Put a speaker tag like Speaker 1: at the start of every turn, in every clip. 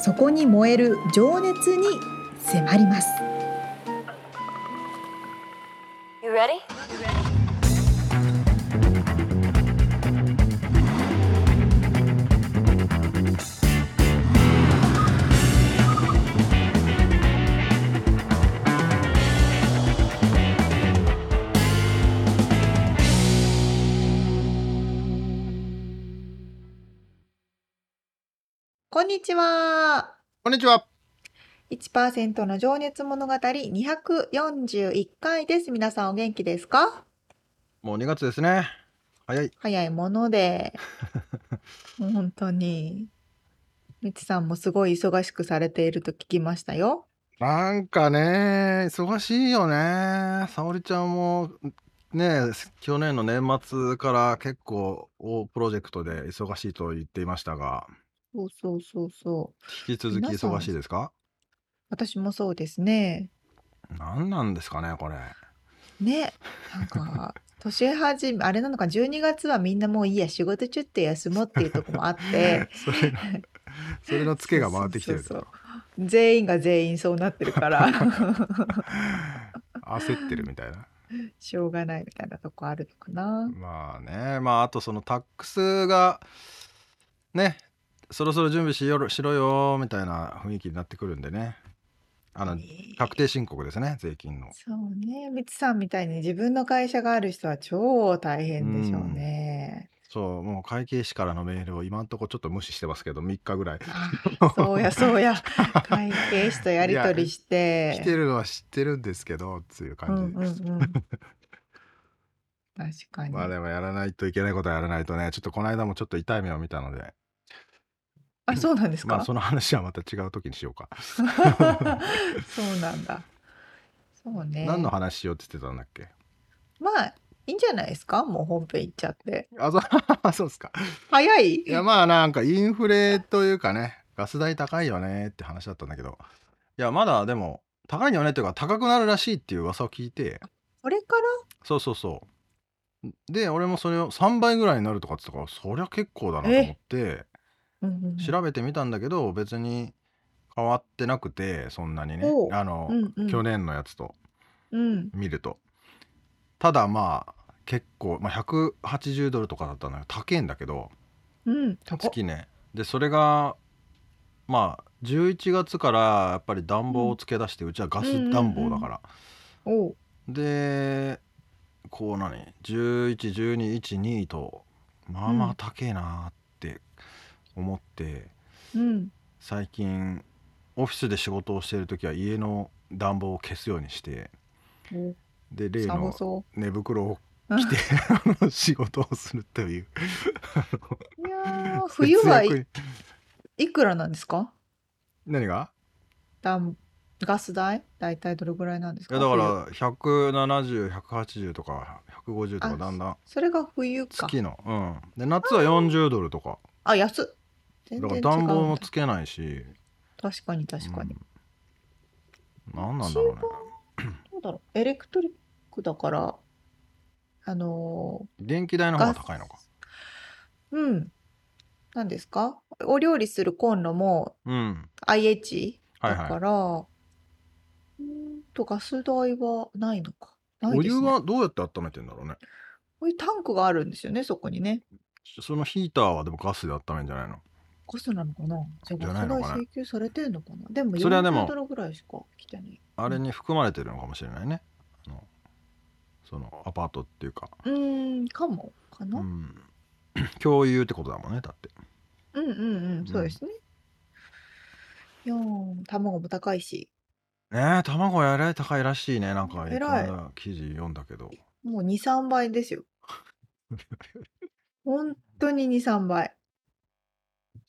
Speaker 1: そこに燃える情熱に迫ります
Speaker 2: You ready?
Speaker 1: こんにちは
Speaker 3: こんにちは。
Speaker 1: 1%の情熱物語241回です皆さんお元気ですか
Speaker 3: もう2月ですね。早い。
Speaker 1: 早いもの でもう本当にみちさんもすごい忙しくされていると聞きましたよ
Speaker 3: なんかね、忙しいよね。沙織ちゃんも、ね、去年の年末から結構大プロジェクトで忙しいと言っていましたが、
Speaker 1: そうそうそうそう
Speaker 3: 引き続き
Speaker 1: 皆さん
Speaker 3: 忙しいですか
Speaker 1: 私もそうですね
Speaker 3: 何なんですかね、これ。
Speaker 1: ねなんか年始めあれなのか12月はみんなもういいや仕事中って休もうっていうとこもあって
Speaker 3: それの、それのツケが回ってきてると
Speaker 1: そうそう全員が全員そうなってるから
Speaker 3: 焦ってるみたいな。
Speaker 1: しょうがないみたいなとこあるのかな。
Speaker 3: まあね、まああとそのタックスが、ね、そろそろ準備しよろしろよみたいな雰囲気になってくるんでね。あの、確定申告ですね税金の
Speaker 1: そうね、みつさんみたいに自分の会社がある人は超大変でしょうね。
Speaker 3: そうもう会計士からのメールを今んとこちょっと無視してますけど3日ぐらい
Speaker 1: あ そうやそうや会計士とやり取りして。
Speaker 3: 来てるのは知ってるんですけどっていう
Speaker 1: うん
Speaker 3: 感
Speaker 1: うんうん
Speaker 3: じ、。
Speaker 1: 確かに。
Speaker 3: まあでもやらないといけないことはやらないとねちょっとこの間もちょっと痛い目を見たので
Speaker 1: あそうなんですか。
Speaker 3: まあその話はまた違う時にしようか、
Speaker 1: そうなんだ。そうね。
Speaker 3: 何の話しようって言ってたんだっけ
Speaker 1: まあいいんじゃないですか。もう本編行っちゃって。
Speaker 3: あそそう ですか
Speaker 1: 早い。
Speaker 3: いやまあなんかインフレというかねガス代高いよねって話だったんだけどいやまだでも高いよねっていうか高くなるらしいっていう噂を聞いて
Speaker 1: これから
Speaker 3: そうそうそうで俺もそれを3倍ぐらいになるとかって言ったからそりゃ結構だなと思って
Speaker 1: うんうんうん
Speaker 3: 調べてみたんだけど別に変わってなくてそんなにね
Speaker 1: おう
Speaker 3: あの、
Speaker 1: うんうん
Speaker 3: 去年のやつと
Speaker 1: うん、
Speaker 3: 見るとただまあ結構、まあ、180ドルとかだったのよ高えんだけど
Speaker 1: うん、高っ
Speaker 3: 月ねでそれがまあ11月からやっぱり暖房をつけ出して、うちはガス暖房だから、
Speaker 1: おう
Speaker 3: でこう何111212とまあまあ高えなって思って、
Speaker 1: うん、
Speaker 3: 最近オフィスで仕事をしている時は家の暖房を消すようにして
Speaker 1: お
Speaker 3: で例
Speaker 1: 寒
Speaker 3: の
Speaker 1: そ
Speaker 3: 寝袋を
Speaker 1: う。
Speaker 3: 着てあの 仕事をするという
Speaker 1: いやー 冬は
Speaker 3: 節約
Speaker 1: い
Speaker 3: に
Speaker 1: いくらなんですか
Speaker 3: 何が
Speaker 1: 暖ガス代大体どれぐらいなんです
Speaker 3: い
Speaker 1: か
Speaker 3: やだか
Speaker 1: 冬
Speaker 3: ら170180とか150と
Speaker 1: あ
Speaker 3: かだんだん
Speaker 1: それが冬か。
Speaker 3: 月のうんで夏は40ドルとか
Speaker 1: あ、安っ。全
Speaker 3: だ
Speaker 1: 然
Speaker 3: か
Speaker 1: 違
Speaker 3: ら
Speaker 1: う
Speaker 3: 暖房
Speaker 1: ね
Speaker 3: もつけないし
Speaker 1: 確かに確かに。
Speaker 3: うん、何なんだろうね
Speaker 1: どうだろう。エレクトリックだから、あの
Speaker 3: 電気代
Speaker 1: ー
Speaker 3: の方が高いのか
Speaker 1: ガスうん。なんですかお料理するコンロも
Speaker 3: うん
Speaker 1: IH
Speaker 3: はい
Speaker 1: だか
Speaker 3: は
Speaker 1: ら、うーんとガス代はないのか。ない
Speaker 3: お
Speaker 1: で
Speaker 3: 湯
Speaker 1: すね
Speaker 3: はどうやって温めてんだろうね
Speaker 1: こういうタンクがあるんですよね、そこにね。
Speaker 3: そのヒーターはでもガスで温めるんじゃないの
Speaker 1: コストなのかなじゃあ
Speaker 3: じゃないのか
Speaker 1: ガ
Speaker 3: な
Speaker 1: ス代請求されてるのかなでも
Speaker 3: それはでも
Speaker 1: 40ドルぐらいしか来てない。
Speaker 3: あれに含まれてるのかもしれないねあのそのアパートっていうか、
Speaker 1: うーん、かも、か
Speaker 3: う
Speaker 1: な、うん、
Speaker 3: ん、 共有ってことだもんねだって
Speaker 1: うんうんうんそうですね。いやー卵も高いし、
Speaker 3: ねえ卵やれ高いらしいねなんかこ
Speaker 1: 偉い
Speaker 3: の間記事読んだけど
Speaker 1: もう2、3倍ですよ。本当に2、3倍。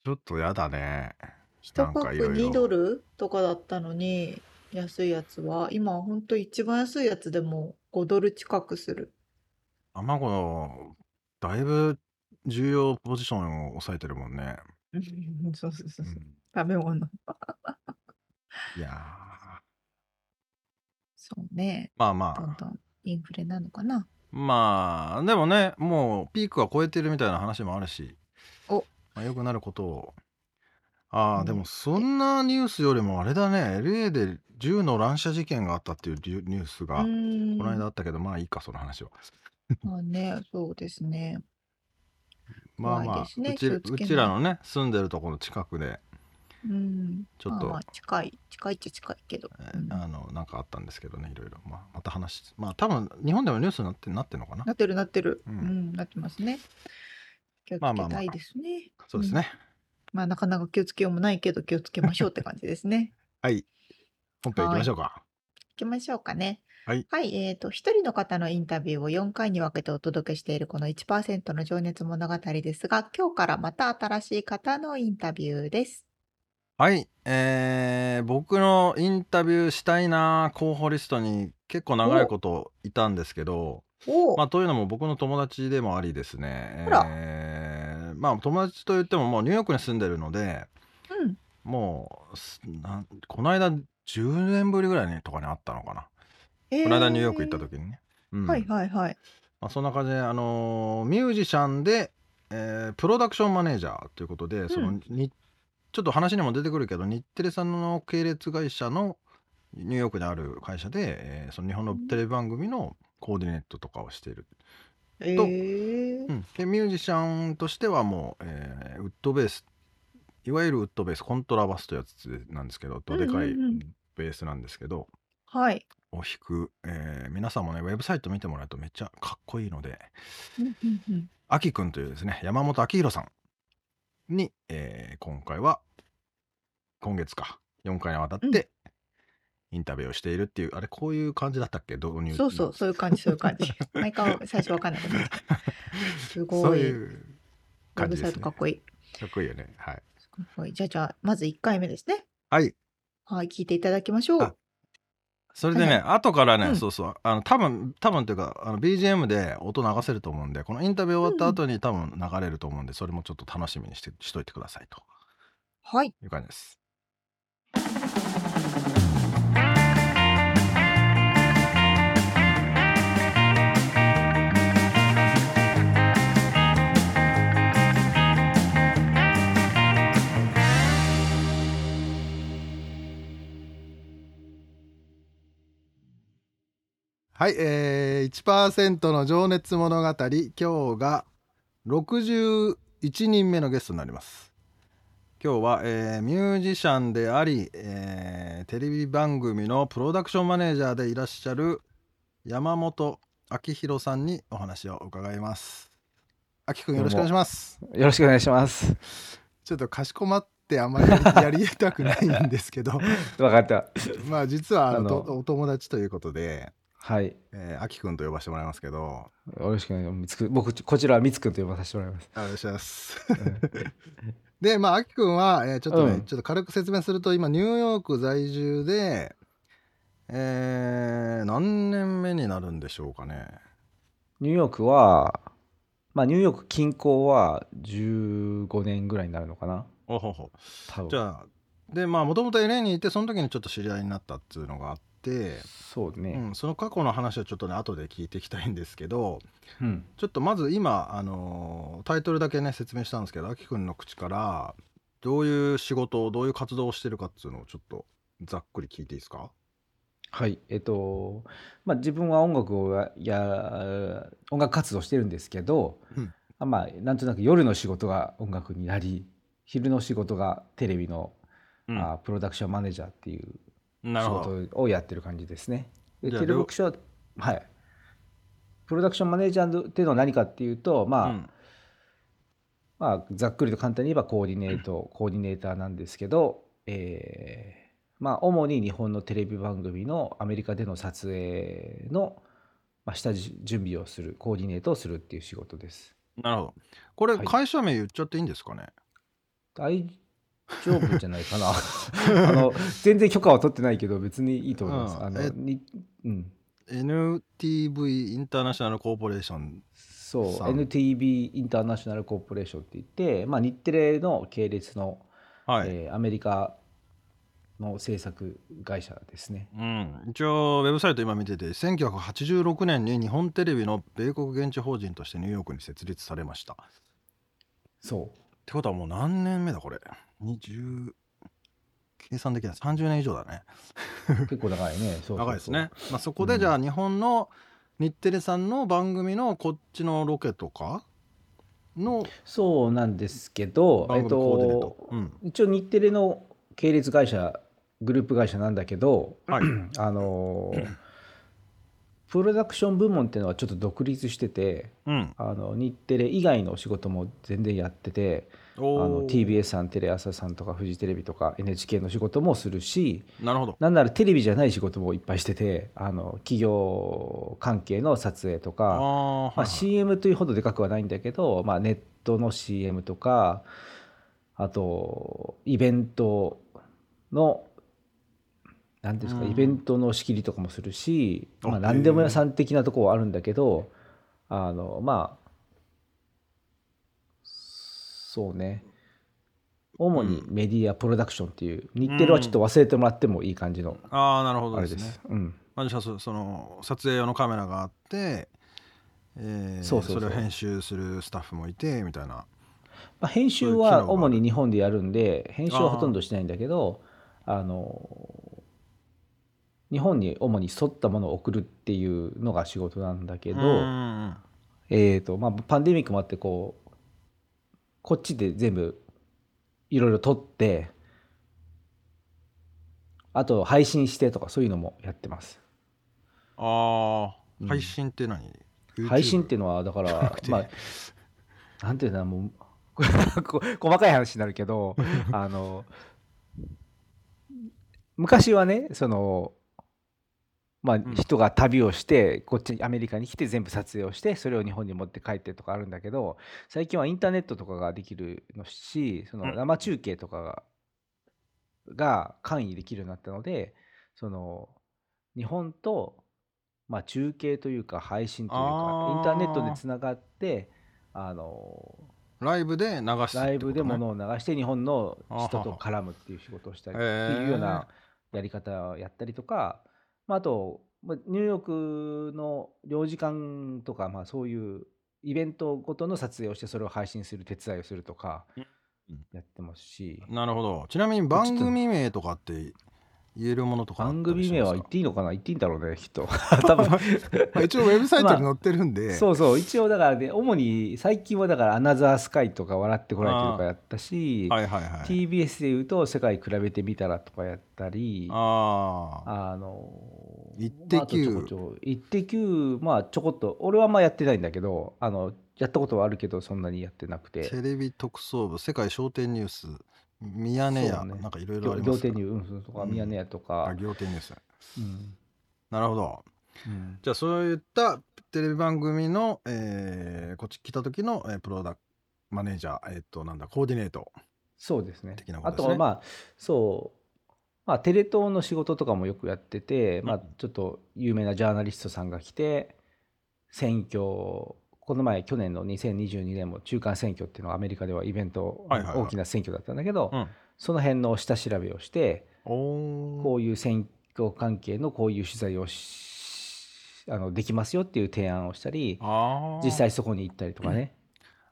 Speaker 3: ちょっとやだねな
Speaker 1: 1
Speaker 3: ん
Speaker 1: パ
Speaker 3: か
Speaker 1: ッ
Speaker 3: い
Speaker 1: ク
Speaker 3: ろいろ
Speaker 1: 2ドルとかだったのに安いやつは今ほんと一番安いやつでも5ドル近くする
Speaker 3: 卵のだいぶ重要ポジションを抑えてるもんね。、
Speaker 1: うんそうそうそううそうん食べ物
Speaker 3: いやー
Speaker 1: そうね
Speaker 3: まあ
Speaker 1: どん
Speaker 3: まあ
Speaker 1: どんインフレなのかな
Speaker 3: まあでもねもうピークは超えてるみたいな話もあるし、
Speaker 1: お
Speaker 3: まあ、良くなることをあ
Speaker 1: う
Speaker 3: あ
Speaker 1: ん
Speaker 3: でもそんなニュースよりもあれだね LA で銃の乱射事件があったっていうリュニュース
Speaker 1: う
Speaker 3: がこ
Speaker 1: ーん
Speaker 3: の間あったけどまあいいかその話は。
Speaker 1: まあねそうですね
Speaker 3: まあ
Speaker 1: 怖
Speaker 3: ま
Speaker 1: い
Speaker 3: あ
Speaker 1: ですね
Speaker 3: うち
Speaker 1: 気をつけな
Speaker 3: う
Speaker 1: いと
Speaker 3: ちらのね住んでるところの近くで
Speaker 1: うん
Speaker 3: ちょっと
Speaker 1: まあまあ近い近いっちゃ近いけど、
Speaker 3: え
Speaker 1: うん
Speaker 3: あのなんかあったんですけどねいろいろ、まあ、また話しまあ多分日本でもニュースになってなってんのかな
Speaker 1: なってるなってる、
Speaker 3: う
Speaker 1: うんん、なってますね。気をつ
Speaker 3: まあま
Speaker 1: け
Speaker 3: あまあ
Speaker 1: たいですね。
Speaker 3: そうですね、
Speaker 1: うん。まあなかなか気をつけようもないけど気をつけましょうって感じです ね。
Speaker 3: はい本編行きましょうか
Speaker 1: 行きましょうかね。
Speaker 3: はい、
Speaker 1: えっ、と一人の方のインタビューを4回に分けてお届けしているこの1%の情熱物語ですが、今日からまた新しい方のインタビューです。
Speaker 3: はいえー僕のインタビューしたいな候補リストに結構長いこといたんですけど
Speaker 1: おお、
Speaker 3: まあというのも僕の友達でもありですね
Speaker 1: あら
Speaker 3: えーまあ友達といってももうニューヨークに住んでるので
Speaker 1: うん。
Speaker 3: もうすなんこの間10年ぶりぐらいにとかにあったのかな
Speaker 1: え
Speaker 3: この間ニューヨーク行った時にね、うん
Speaker 1: はいはいはい。
Speaker 3: まあ、そんな感じで、あのーミュージシャンで、えープロダクションマネージャーということで、その
Speaker 1: うん
Speaker 3: にちょっと話にも出てくるけど日テレさんの系列会社のニューヨークにある会社で、えーその日本のテレビ番組のコーディネートとかをしている、
Speaker 1: えー
Speaker 3: う、んでミュージシャンとしてはもう、えーウッドベースいわゆるウッドベースコントラバスというやつなんですけどどでかい
Speaker 1: うんうんうん
Speaker 3: ベースなんですけど、
Speaker 1: はい。
Speaker 3: を弾く、えー皆さんもねウェブサイト見てもらうとめっちゃかっこいいので。
Speaker 1: うんうんうん
Speaker 3: あきくんというですね山本明弘さんに、えー今回は今月か4回にわたってインタビューをしているっていう、あれこういう感じだったっけ導入
Speaker 1: そう そう、そういう感じ、そういう感じ。毎回最初わかんなくなっちゃう。すごい。
Speaker 3: そういう
Speaker 1: ウェ
Speaker 3: 感
Speaker 1: ブ
Speaker 3: じで
Speaker 1: サイト
Speaker 3: すね
Speaker 1: かっこいい。
Speaker 3: かっこいいよねはい、
Speaker 1: すごいじゃあじゃあまず1回目ですね。
Speaker 3: はい、
Speaker 1: はい、聞いていただきましょ
Speaker 3: あ
Speaker 1: う。
Speaker 3: それでね、
Speaker 1: はい
Speaker 3: 後からね、
Speaker 1: うん
Speaker 3: そうそうあの多分多分というかあの BGM で音流せると思うんでこのインタビュー終わった後に多分流れると思うんでそれもちょっと楽しみにしてしといてくださいと
Speaker 1: はい。
Speaker 3: いう感じですはい、えー、1%の情熱物語今日が61人目のゲストになります今日は、えーミュージシャンであり、えーテレビ番組のプロダクションマネージャーでいらっしゃる山本明弘さんにお話を伺います明くんよろしくお願いします
Speaker 4: よろしくお願いします。
Speaker 3: ちょっとかしこまってあんまりやりやりたくないんですけど
Speaker 4: わかった。
Speaker 3: まあ実はあの
Speaker 4: あの
Speaker 3: とお友達ということで、
Speaker 4: はい。
Speaker 3: えー、秋くんと呼ばせてもらいますけど
Speaker 4: よろしくお願いしますみつく。僕、こちらはみつくんと呼ばさせてもらいます。
Speaker 3: あお願いします。
Speaker 4: うん
Speaker 3: で、まあ、あきくんは、えーちょっとね、
Speaker 4: うん
Speaker 3: ちょっと軽く説明すると、今、ニューヨーク在住で、えー何年目になるんでしょうかね。
Speaker 4: ニューヨークは、まあ、ニューヨーク近郊は15年ぐらいになるのかな。
Speaker 3: おほほ。
Speaker 4: 多分
Speaker 3: じゃあ、で、まあ、もともと LA にいて、その時にちょっと知り合いになったっていうのがあって、
Speaker 4: そう
Speaker 3: う
Speaker 4: ね。
Speaker 3: ん、その過去の話をちょっとね、後で聞いていきたいんですけど、
Speaker 4: うん。
Speaker 3: ちょっとまず今、あのータイトルだけね、説明したんですけど、あきくんの口から、どういう仕事を、どういう活動をしてるかっていうのを、ちょっとざっくり聞いていいですか
Speaker 4: はい。えっと、まあ、自分は音楽をやや、音楽活動してるんですけど、
Speaker 3: うん
Speaker 4: あまあ、なんとなく夜の仕事が音楽になり、昼の仕事がテレビの、あプロダクションマネージャーっていう
Speaker 3: な
Speaker 4: 仕事をやってる感じですね。で
Speaker 3: じゃあ
Speaker 4: テレボクションはいプロダクションマネージャーっていうのは何かっていうと、まあ
Speaker 3: うん
Speaker 4: まあ、ざっくりと簡単に言えばコーディネート、コーディネーターなんですけど、えーまあ、主に日本のテレビ番組のアメリカでの撮影の、まあ、下地準備をするコーディネートをするっていう仕事です。
Speaker 3: なるほど。これ、
Speaker 4: はい
Speaker 3: 会社名言っちゃっていいんですかね。
Speaker 4: 大丈夫じゃない かなあの全然許可は取ってないけど別にいいと思います、
Speaker 3: うん
Speaker 4: あ
Speaker 3: え
Speaker 4: のにうん、
Speaker 3: NTV インターナショナルコーポレーション
Speaker 4: そう
Speaker 3: さん
Speaker 4: NTB インターナショナルコーポレーションって言って、まあ、日テレの系列の、
Speaker 3: はい、
Speaker 4: えーアメリカの制作会社ですね
Speaker 3: うん、一応ウェブサイト今見てて1986年に日本テレビの米国現地法人としてニューヨークに設立されましたっ
Speaker 4: そ
Speaker 3: てことはもう何年目だこれ20計算できない30年以上だね
Speaker 4: う結構長いねそうそうそう
Speaker 3: 長いですねまあ、そこでじゃあ日本の日テレさんの番組のこっちのロケとかの
Speaker 4: そうなんですけど、え
Speaker 3: 番組
Speaker 4: っ
Speaker 3: コーディネート
Speaker 4: と、、一応日テレの系列会社グループ会社なんだけど
Speaker 3: うん、はい
Speaker 4: あのープロダクション部門っていうのはちょっと独立してて
Speaker 3: うん
Speaker 4: あの日テレ以外のお仕事も全然やってて
Speaker 3: あ
Speaker 4: あの TBS さんテレ朝さんとかフジテレビとか NHK の仕事もするし
Speaker 3: なるほど
Speaker 4: なんならテレビじゃない仕事もいっぱいしててあの企業関係の撮影と
Speaker 3: あ
Speaker 4: か
Speaker 3: あ、はい
Speaker 4: ま
Speaker 3: は
Speaker 4: あ、
Speaker 3: い
Speaker 4: CM というほどでかくはないんだけど、まあ、ネットの CM とかあとイベントの何ですか、
Speaker 3: うん
Speaker 4: イベントの仕切りとかもするし、
Speaker 3: あ
Speaker 4: まあ、何でも
Speaker 3: へえ
Speaker 4: 屋さん的なところはあるんだけどあのまあそうね主にメディアプロダクションっていう日テレはちょっと忘れてもらってもいい感じの
Speaker 3: ああなるほど
Speaker 4: あ
Speaker 3: で
Speaker 4: れ
Speaker 3: す
Speaker 4: で
Speaker 3: ね
Speaker 4: す。うん
Speaker 3: まあ、じゃあそその撮影用のカメラがあって、えー
Speaker 4: そうそうそう
Speaker 3: れを編集するスタッフもいてみたいな
Speaker 4: まあ、編集
Speaker 3: そういう機能
Speaker 4: は
Speaker 3: がある
Speaker 4: 主に日本でやるんで編集はほとんどしないんだけどあの日本に主に沿ったものを送るっていうのが仕事なんだけ
Speaker 3: け
Speaker 4: ど、
Speaker 3: うん
Speaker 4: えーとまあ、パンデミックもあってこうこっちで全部いろいろ撮ってあと配信してとかそういうのもやってます。
Speaker 3: あ
Speaker 4: う
Speaker 3: あ
Speaker 4: ん
Speaker 3: 配信って何、YouTube？
Speaker 4: 配信っていうのはだから
Speaker 3: くて
Speaker 4: まあなんていうのもう ここ細かい話になるけ どあの昔はねそのまあ
Speaker 3: ん
Speaker 4: 人が旅をしてこっちにアメリカに来て全部撮影をしてそれを日本に持って帰ってとかあるんだけど最近はインターネットとかができるのしそ
Speaker 3: うん
Speaker 4: の生中継とかがが簡易できるようになったのでその日本と、まあ、中継というか配信という
Speaker 3: あ
Speaker 4: か
Speaker 3: ー
Speaker 4: インターネットでつながってあの
Speaker 3: ライブで流すってことね、
Speaker 4: ライブでも
Speaker 3: の
Speaker 4: のを流して日本の人
Speaker 3: あは
Speaker 4: と
Speaker 3: は
Speaker 4: 絡むっていう仕事をしたり
Speaker 3: へ
Speaker 4: っ
Speaker 3: ー
Speaker 4: ていうようなやり方をやったりとか、まあ、あとまあニューヨークの領事館とか、まあ、そういうイベントごとの撮影をしてそれを配信する手伝いをするとか
Speaker 3: うん
Speaker 4: やってますし
Speaker 3: なるほどちなみに番組名とかって言えるものとかあった
Speaker 4: 番
Speaker 3: りしますか
Speaker 4: 組名は言っていいのかな言っていいんだろうねきっ と多分
Speaker 3: まあ一応ウェブサイトに載ってるんで、
Speaker 4: そうそう一応だからね主に最近はだから「アナザースカイ」とか「笑ってこないと」とかやったし、
Speaker 3: はいはいはい、
Speaker 4: TBS でいうと「世界比べてみたら」とかやったり
Speaker 3: ああ
Speaker 4: あの
Speaker 3: イッテ Q
Speaker 4: まああとちょこちょこイッテ Q まあちょこっと俺はまあやってないんだけどあのやったことはあるけどそんなにやってなくて
Speaker 3: テレビ特捜部世界商店ニュースミヤネ
Speaker 4: そ
Speaker 3: 屋、
Speaker 4: うね
Speaker 3: なんかいろいろあ
Speaker 4: 仰
Speaker 3: ります
Speaker 4: 天ニ
Speaker 3: ュー
Speaker 4: ュースとか
Speaker 3: うん
Speaker 4: ミヤネ屋とか
Speaker 3: あ、仰天ニュース
Speaker 4: うん
Speaker 3: なるほど
Speaker 4: うん
Speaker 3: じゃあそういったテレビ番組の、えーこっち来た時の、えープロダマネージャー、えっとなんだコーディネート。
Speaker 4: そうですね
Speaker 3: 的なこと
Speaker 4: あ
Speaker 3: ですね
Speaker 4: とはまあそうまあテレ東の仕事とかもよくやってて、まあちょっと有名なジャーナリストさんが来て選挙この前去年の2022年も中間選挙っていうのはアメリカではイベント、
Speaker 3: はいはいはい
Speaker 4: 大きな選挙だったんだけど、
Speaker 3: うん
Speaker 4: その辺の下調べをして、
Speaker 3: お
Speaker 4: こういう選挙関係のこういう取材をしあのできますよっていう提案をしたり
Speaker 3: あー
Speaker 4: 実際そこに行ったりとかね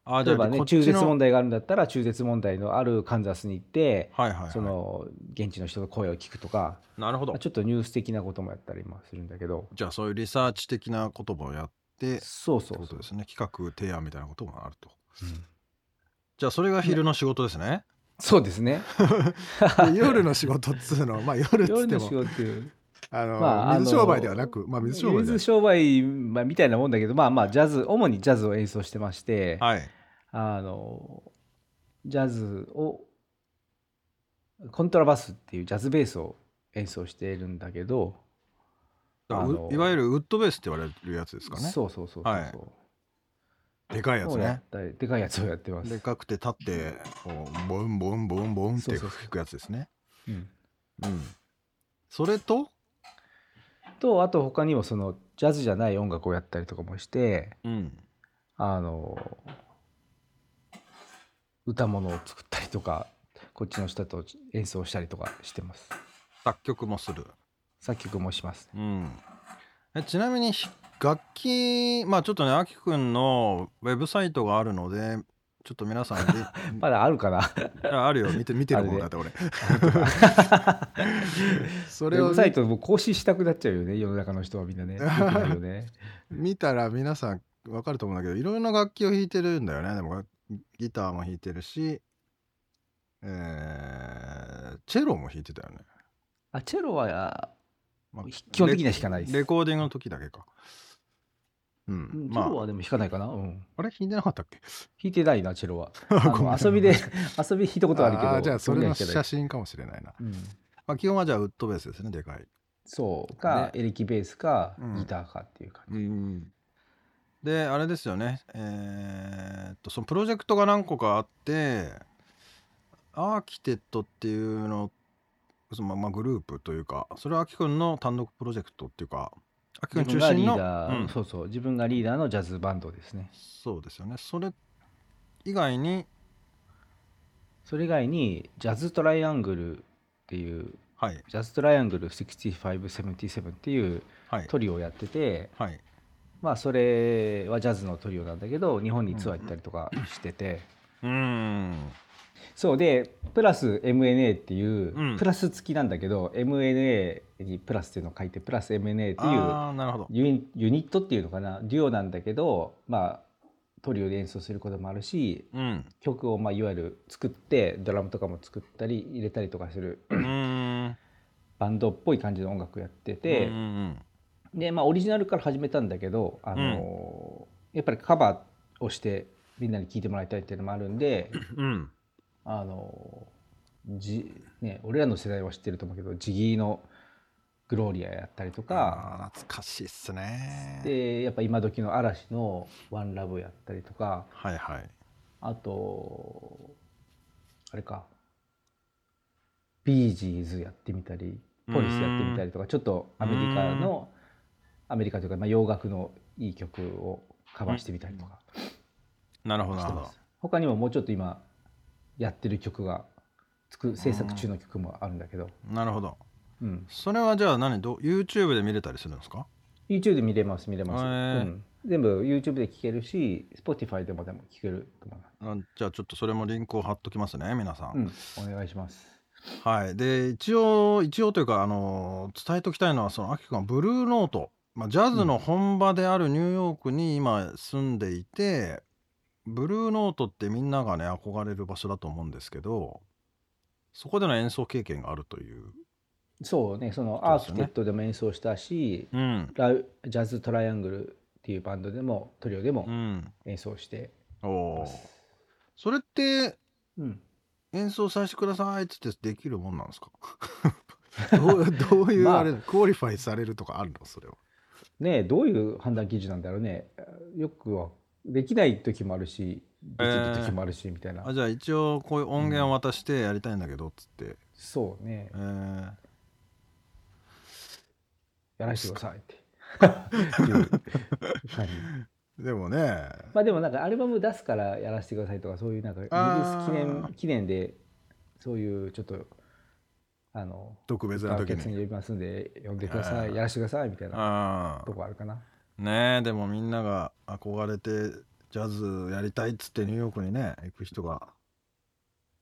Speaker 3: あーじ
Speaker 4: 例
Speaker 3: ゃ
Speaker 4: えば
Speaker 3: あこ
Speaker 4: ね
Speaker 3: っち
Speaker 4: 中
Speaker 3: の
Speaker 4: 絶問題があるんだったら中絶問題のあるカンザスに行って
Speaker 3: はいはい、はい、
Speaker 4: その現地の人の声を聞くとか
Speaker 3: なるほど
Speaker 4: ちょっとニュース的なこともやったりもするんだけど
Speaker 3: じゃあそういうリサーチ的なこともやって
Speaker 4: そうそ
Speaker 3: って
Speaker 4: う
Speaker 3: こ
Speaker 4: そ
Speaker 3: と
Speaker 4: う
Speaker 3: ですね企画提案みたいなこともあると
Speaker 4: うん
Speaker 3: じゃあそれが昼の仕事です ね
Speaker 4: そうですね
Speaker 3: で 夜の仕事っつうのはまあ夜っつ
Speaker 4: 夜
Speaker 3: って
Speaker 4: の仕
Speaker 3: も
Speaker 4: 事っていう
Speaker 3: あの、
Speaker 4: まああの
Speaker 3: 水商売ではなくまあ水商売で
Speaker 4: 水商売まあみたいなもんだけどまあまあジャズ主にジャズを演奏してまして、
Speaker 3: はい
Speaker 4: あのジャズをコントラバスっていうジャズベースを演奏しているんだけど
Speaker 3: だから
Speaker 4: あ
Speaker 3: う
Speaker 4: の
Speaker 3: いわゆるウッドベースって言われるやつですかね
Speaker 4: そうそうそうそうそう、
Speaker 3: はいでかいやつ
Speaker 4: をや
Speaker 3: ね
Speaker 4: っ。たり、でかいやつをやってます
Speaker 3: で。かくて立ってこうボンボンボンボンっ
Speaker 4: そ
Speaker 3: て
Speaker 4: うそうそう
Speaker 3: 吹くやつですね。
Speaker 4: うん
Speaker 3: うん。それと、
Speaker 4: とあと他にもそのジャズじゃない音楽をやったりとかもして
Speaker 3: うん。
Speaker 4: あの歌物を作ったりとかこっちの人と演奏したりとかしてます
Speaker 3: 作曲もする。
Speaker 4: 作曲もします
Speaker 3: うん。えちなみにひ楽器まあちょっとねあきくんのウェブサイトがあるのでちょっと皆さんで
Speaker 4: まだあるかな
Speaker 3: ああるよ見て見てるもんだ
Speaker 4: あ
Speaker 3: っ
Speaker 4: れ
Speaker 3: て俺。
Speaker 4: ウ
Speaker 3: それ
Speaker 4: ェ
Speaker 3: を
Speaker 4: ブ
Speaker 3: 見
Speaker 4: サイトもう更新したくなっちゃうよね世の中の人はみんなね良くないよ ね
Speaker 3: 見たら皆さんわかると思うんだけどいろんな楽器を弾いてるんだよねでもギギターも弾いてるし、えーチェロも弾いてたよね、
Speaker 4: あチェロは
Speaker 3: まあ
Speaker 4: 基本的には弾かないです
Speaker 3: レレコーディングの時だけかう
Speaker 4: チ
Speaker 3: んま
Speaker 4: ェロ
Speaker 3: あ
Speaker 4: はでも弾かないかな、うん
Speaker 3: あれ弾いてなかったっけ
Speaker 4: 弾いてないなチ ェロはあ
Speaker 3: ごめん
Speaker 4: の遊びで遊びで弾いたことはあるけど
Speaker 3: ーじゃあそれの
Speaker 4: 基本的には弾
Speaker 3: 写
Speaker 4: け
Speaker 3: 真かもしれないな、
Speaker 4: ないうん
Speaker 3: まあ、基本はじゃあウッドベースですねでかい
Speaker 4: そうか、エレキベースか、
Speaker 3: うん
Speaker 4: ギターかっていう感じ、
Speaker 3: であれですよねえーっとそのプロジェクトが何個かあってアーキテットっていうのそのまあまあグループというかそれはアキくんの単独プロジェクトっていうかアキくん
Speaker 4: 自
Speaker 3: 中
Speaker 4: 分がリ
Speaker 3: 心の
Speaker 4: ーダー、
Speaker 3: うん
Speaker 4: そうそう自分がリーダーのジャズバンドですね
Speaker 3: そうですよねそれ以外に
Speaker 4: それ以外にジャズトライアングルっていう
Speaker 3: はい
Speaker 4: ジャズトライアングル6577っていう
Speaker 3: はい
Speaker 4: トリオをやってて
Speaker 3: はい
Speaker 4: まあそれはジャズのトリオなんだけど日本にツアー行ったりとかしてて、
Speaker 3: うーん
Speaker 4: そうでプラス MNA っていう、
Speaker 3: うん
Speaker 4: プラス付きなんだけど MNA にプラスっていうのを書いてプラス MNA っていう
Speaker 3: ああなるほど
Speaker 4: ユニユニットっていうのかなデュオなんだけど、まあ、トリオで演奏することもあるし
Speaker 3: うん
Speaker 4: 曲を、まあ、いわゆる作ってドラムとかも作ったり入れたりとかする
Speaker 3: うーん
Speaker 4: バンドっぽい感じの音楽やってて
Speaker 3: うん、うん
Speaker 4: で、まあ、オリジナルから始めたんだけど、あのーやっぱりカバーをしてみんなに聴いてもらいたいっていうのもある んで、
Speaker 3: うん
Speaker 4: あのーじね、俺らの世代は知ってると思うけどジギーの「グローリア」やったりとか。
Speaker 3: あー懐かしいっすね
Speaker 4: でやっぱ今時の嵐の「ワンラブやったりとか、
Speaker 3: はいはい
Speaker 4: あと、あれか、ビージーズやってみたり、ポリスやってみたりとか、ちょっとアメリカの、アメリカというか、まあ、洋楽のいい曲をカバーしてみたりとかして
Speaker 3: なるほどなるほ
Speaker 4: ま
Speaker 3: ど
Speaker 4: す。他にももうちょっと今、やってる曲が、つく制作中の曲もあるんだけど、
Speaker 3: なるほど
Speaker 4: うん、
Speaker 3: それはじゃあ何ど YouTube で見れたりするんですか
Speaker 4: YouTube で見れます、見れます。
Speaker 3: へー
Speaker 4: うん全部 YouTube で聴けるし、Spotify でもでも聴けると思います。
Speaker 3: あじゃあちょっとそれもリンクを貼っときますね皆さん、
Speaker 4: うん、お願いします。
Speaker 3: はいで一応一応というかあのー伝えときたいのはそのアキ君はブルーノート、まあ、ジャズの本場であるニューヨークに今住んでいて、ブルーノートってみんながね憧れる場所だと思うんですけどそこでの演奏経験があるという
Speaker 4: そうね、その
Speaker 3: そう
Speaker 4: ア
Speaker 3: です
Speaker 4: ーキ
Speaker 3: よ
Speaker 4: テ
Speaker 3: ね
Speaker 4: ットでも演奏したし、
Speaker 3: うん
Speaker 4: ラウジャズトライアングルっていうバンドでもトリオでも
Speaker 3: うん
Speaker 4: 演奏して
Speaker 3: お
Speaker 4: ま
Speaker 3: お
Speaker 4: す。
Speaker 3: それって
Speaker 4: うん、
Speaker 3: 演奏させてくださいっつってできるもんなん ですかどうどういう
Speaker 4: まあ
Speaker 3: あれ、クオリファイされるとかあるのそれは
Speaker 4: ねえどういう判断基準なんだろうね。よくはできない時もあるし、できる時もあるし、みたいな
Speaker 3: あ。じゃあ一応こういう音源を渡してやりたいんだけどっつって、
Speaker 4: そうね、
Speaker 3: えー
Speaker 4: やらせてくださ いって。っていう感じ
Speaker 3: でもね
Speaker 4: まあでもなんかアルバム出すからやらせてくださいとかそういうなんかリリース記
Speaker 3: あー
Speaker 4: 念記念でそういうちょっとあの
Speaker 3: 特別な
Speaker 4: お
Speaker 3: 時
Speaker 4: 客さん
Speaker 3: に
Speaker 4: 呼びますんで呼んでくださ
Speaker 3: うん
Speaker 4: いやらせてくださいみたいな
Speaker 3: あ
Speaker 4: とこあるかな
Speaker 3: あねえでもみんなが憧れてジャズやりたいっつってニューヨークにね行く人が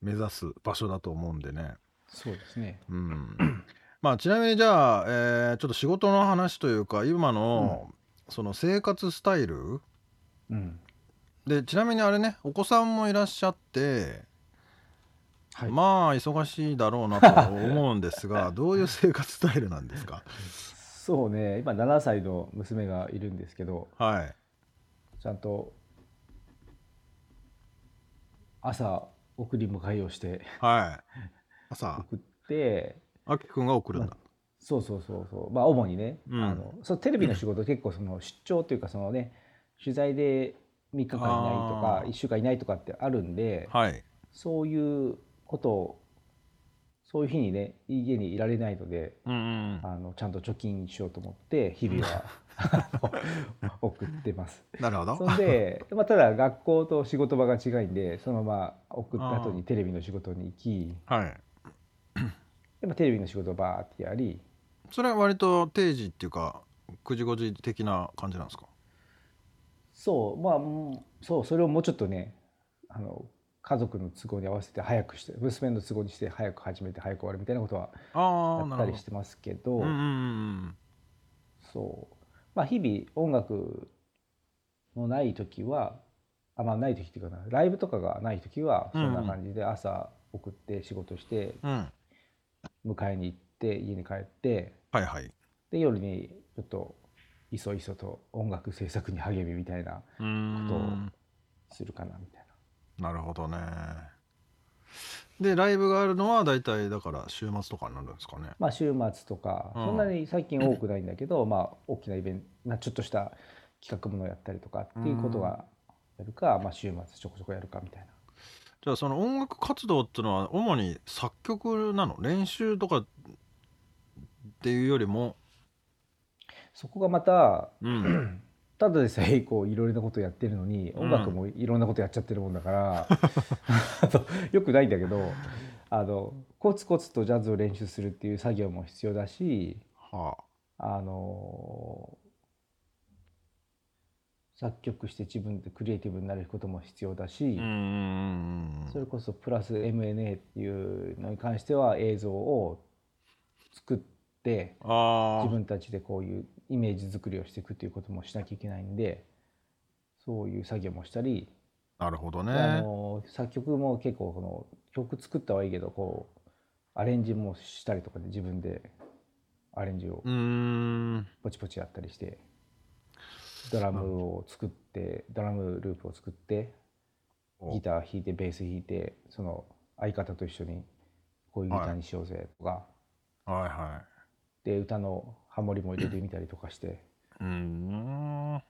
Speaker 3: 目指す場所だと思うんでね
Speaker 4: そうですね
Speaker 3: うん、まあちなみにじゃあ、えーちょっと仕事の話というか今の、その生活スタイル
Speaker 4: うん
Speaker 3: でちなみにあれねお子さんもいらっしゃって、
Speaker 4: はい、
Speaker 3: まあ忙しいだろうなと思うんです がどういう生活スタイルなんですか
Speaker 4: そうね今7歳の娘がいるんですけど
Speaker 3: はい
Speaker 4: ちゃんと朝送り迎えをして
Speaker 3: はい朝
Speaker 4: 送って
Speaker 3: あきくんが送るんだ、
Speaker 4: そうそうそうそうまあ主にね、
Speaker 3: うん
Speaker 4: あのそうテレビの仕事結構その出張というかそのね取材で3日間いないとか
Speaker 3: あー
Speaker 4: 1週間いないとかってあるんで
Speaker 3: はい
Speaker 4: そういうことをそういう日にね家にいられないので
Speaker 3: うんうん
Speaker 4: あのちゃんと貯金しようと思って日々はあ の送ってます。
Speaker 3: なるほ
Speaker 4: そ
Speaker 3: ど
Speaker 4: んで、まあ、ただ学校と仕事場が違いんでそのまま送った後
Speaker 3: あ
Speaker 4: に
Speaker 3: ー
Speaker 4: テレビの仕事に行き
Speaker 3: はい
Speaker 4: で、まあ、テレビの仕事をバーってやり
Speaker 3: それは割と定時っていうか9時5時的な感じなんですか
Speaker 4: そうまあうんそうそれをもうちょっとねあの家族の都合に合わせて早くして娘の都合にして早く始めて早く終わるみたいなことは
Speaker 3: あ
Speaker 4: や
Speaker 3: あ
Speaker 4: っ
Speaker 3: な
Speaker 4: た
Speaker 3: る
Speaker 4: り
Speaker 3: ほ
Speaker 4: してますけ
Speaker 3: ど
Speaker 4: ど、
Speaker 3: うんうん
Speaker 4: そうまあ日々音楽のない時はあまあない時っていうかなライブとかがない時はそんな感じで朝送って仕事して
Speaker 3: うんうん
Speaker 4: 迎えに行って家に帰って
Speaker 3: はいはい
Speaker 4: で夜にちょっといそいそと音楽制作に励みみたいな
Speaker 3: うーん
Speaker 4: するかなみたいな
Speaker 3: なるほどねでライブがあるのは大体だから週末とかになるんですかね
Speaker 4: まあ週末とか
Speaker 3: うん
Speaker 4: そんなに最近多くないんだけど、まあ大きなイベントなちょっとした企画ものをやったりとかっていうことがやるか、まあ週末ちょこちょこやるかみたいな。
Speaker 3: じゃあその音楽活動っていうのは主に作曲なの練習とかっていうよりも、
Speaker 4: そこがまた
Speaker 3: うん、
Speaker 4: ただでさえこういろいろなことやってるのに
Speaker 3: うん
Speaker 4: 音楽もいろんなことやっちゃってるもんだから、 あとよくないんだけどあのコツコツとジャズを練習するっていう作業も必要だし
Speaker 3: は
Speaker 4: あの作曲して自分でクリエイティブになることも必要だし
Speaker 3: あ、ん
Speaker 4: それこそプラス MNA っていうのに関しては映像を作って
Speaker 3: あ
Speaker 4: 自分たちでこういうイメージ作りをしていくということもしなきゃいけないんでそういう作業もしたり、
Speaker 3: あなるほど
Speaker 4: あ
Speaker 3: ね
Speaker 4: の作曲も結構この曲作ったはいいけどこうアレンジもしたりとかで自分でアレンジを
Speaker 3: うーん
Speaker 4: ポチポチやったりして、ドラムを作ってドラムループを作ってギター弾いてベース弾いてその相方と一緒にこういうギターにしようぜとか、
Speaker 3: はいは
Speaker 4: で歌のハモリも入れてみたりとかして。
Speaker 3: いうーん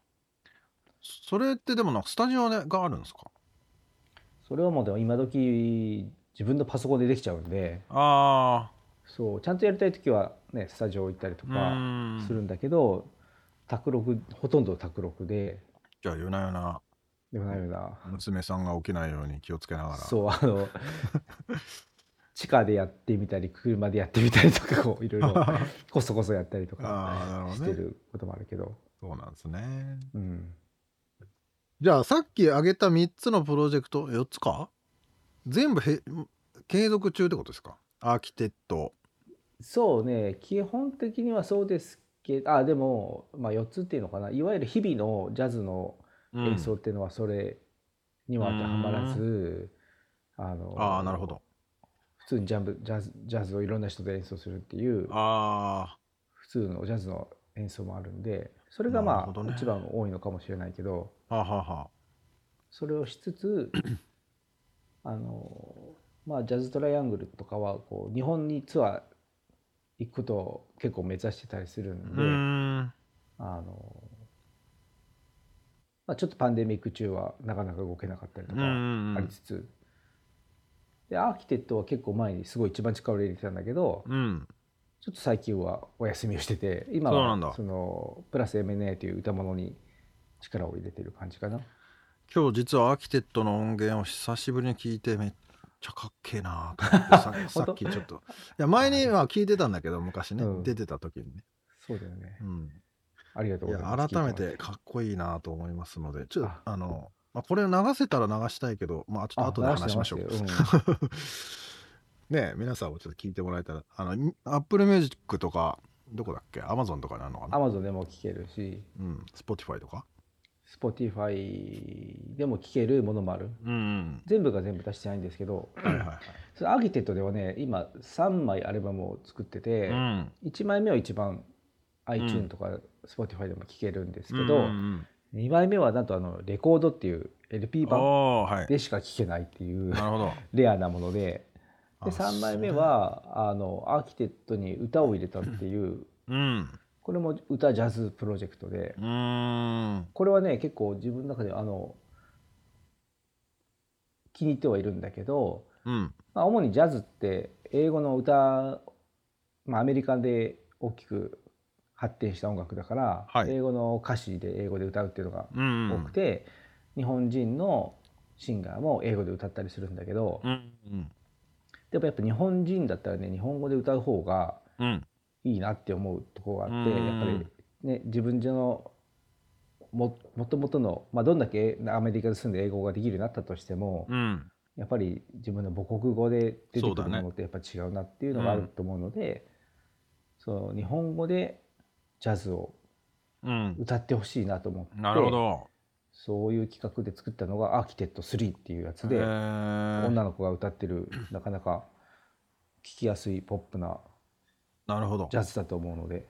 Speaker 3: それってでもなんかスタジオでがあるんですか
Speaker 4: それはもうでも今時自分のパソコンでできちゃうんで
Speaker 3: あ
Speaker 4: そうちゃんとやりたい時は、ね、スタジオ行ったりと
Speaker 3: あう
Speaker 4: か
Speaker 3: ーん
Speaker 4: するんだけど卓録ほとんど卓録で
Speaker 3: じゃあ夜な夜な
Speaker 4: でもないような、
Speaker 3: 娘さんが起きないように気をつけながら
Speaker 4: そうあの 地下でやってみたり車でやってみたりとかこう いろいろこそこそやったりと
Speaker 3: あーなる
Speaker 4: か
Speaker 3: ほどね
Speaker 4: してることもあるけど
Speaker 3: そうなんですね
Speaker 4: うん、
Speaker 3: じゃあさっき挙げた3つのプロジェクト4つか全部へ継続中ってことですかアーキテット
Speaker 4: そうね基本的にはそうですけどあでも、まあ、4つっていうのかないわゆる日々のジャズの演奏っていうのはそれには当てはまらず、あの
Speaker 3: ああなるほど
Speaker 4: 普通にジャンブジャズジャズをいろんな人で演奏するっていう
Speaker 3: あ
Speaker 4: 普通のジャズの演奏もあるんでそれが
Speaker 3: なる
Speaker 4: ま
Speaker 3: ほ
Speaker 4: あ、
Speaker 3: どね
Speaker 4: 一番多いのかもしれないけど
Speaker 3: あはあはあは
Speaker 4: それをし つつあのまあジャズトライアングルとかはこう日本にツアー行くことを結構目指してたりする
Speaker 3: あ
Speaker 4: ん
Speaker 3: う
Speaker 4: で、
Speaker 3: ーん
Speaker 4: あのまあ、ちょっとパンデミック中はなかなか動けなかったりと
Speaker 3: うんう
Speaker 4: か。
Speaker 3: ん
Speaker 4: ありつつ、でアーキテットは結構前にすごい一番力を入れてたんだけど
Speaker 3: うんうん
Speaker 4: ちょっと最近はお休みをしてて今
Speaker 3: そうなんだ
Speaker 4: はそのプラス MNA という歌物に力を入れてる感じかな
Speaker 3: 今日実はアーキテットの音源を久しぶりに聞いてめっちゃかっけえなーと思ってささっきちょっといや前には聞いてたんだけど昔ね、
Speaker 4: うん
Speaker 3: 出てた時にね、
Speaker 4: そうだよね
Speaker 3: うん、
Speaker 4: ありがとう
Speaker 3: い
Speaker 4: ご
Speaker 3: や
Speaker 4: ざいます
Speaker 3: 改め
Speaker 4: 聞い
Speaker 3: て
Speaker 4: も
Speaker 3: かっこいいなと思いますのでちょっと
Speaker 4: あ
Speaker 3: あの、まあ、これ流せたら流したいけどまあちょっと後で
Speaker 4: あ流し
Speaker 3: 話
Speaker 4: て
Speaker 3: しましょう
Speaker 4: 流して
Speaker 3: ねえ皆さんもちょっと聞いてもらえたらあのアップルミュージックとかどこだっけアマゾンとかにあるのか
Speaker 4: ら
Speaker 3: な
Speaker 4: Amazon でも聴けるし
Speaker 3: うんスポティファイとか
Speaker 4: Spotify でも聴けるものもある
Speaker 3: うん
Speaker 4: 全部が全部出してないんですけど
Speaker 3: はいはいはい
Speaker 4: そのアーキテットではね今3枚アルバムを作ってて、
Speaker 3: うん
Speaker 4: 1枚目は一番 iTune とか Spotify でも聴けるんですけど、
Speaker 3: うんうん
Speaker 4: 2枚目はなんとあのレコードっていう LP
Speaker 3: うん
Speaker 4: 版
Speaker 3: おーはい
Speaker 4: でしか聴けないっていう
Speaker 3: なるほど
Speaker 4: レアなもので
Speaker 3: あ
Speaker 4: で3枚目はあのアーキテットに歌を入れたっていう
Speaker 3: うん
Speaker 4: これも歌ジャズプロジェクトで
Speaker 3: うーん
Speaker 4: これはね結構自分の中であの気に入ってはいるんだけど、
Speaker 5: うん。
Speaker 4: まあ、主にジャズって英語の歌、まあ、アメリカで大きく発展した音楽だから、
Speaker 5: はい
Speaker 4: 英語の歌詞で英語で歌うっていうのが
Speaker 5: うん。
Speaker 4: 多くて、日本人のシンガーも英語で歌ったりするんだけど、
Speaker 5: うん。うん。
Speaker 4: でもやっぱ日本人だったらね日本語で歌う方が
Speaker 5: うん。
Speaker 4: いいなって思うところがあって、
Speaker 5: うん
Speaker 4: やっぱり、ね、自分自身のももともとの、まあ、どんだけアメリカで住んで英語ができるようになったとしても、
Speaker 5: うん。
Speaker 4: やっぱり自分の母国語で出てく
Speaker 5: そう
Speaker 4: る
Speaker 5: だね
Speaker 4: ものってやっぱ違うなっていうのがあると思うのでそう、日本語でジャズを
Speaker 5: うん。
Speaker 4: 歌ってほしいなと思って
Speaker 5: なるほど。
Speaker 4: そういう企画で作ったのが「アーキテッド3」っていうやつで、
Speaker 5: えー
Speaker 4: 女の子が歌ってるなかなか聴きやすいポップな
Speaker 5: なるほど
Speaker 4: ジ。ャズだと思うので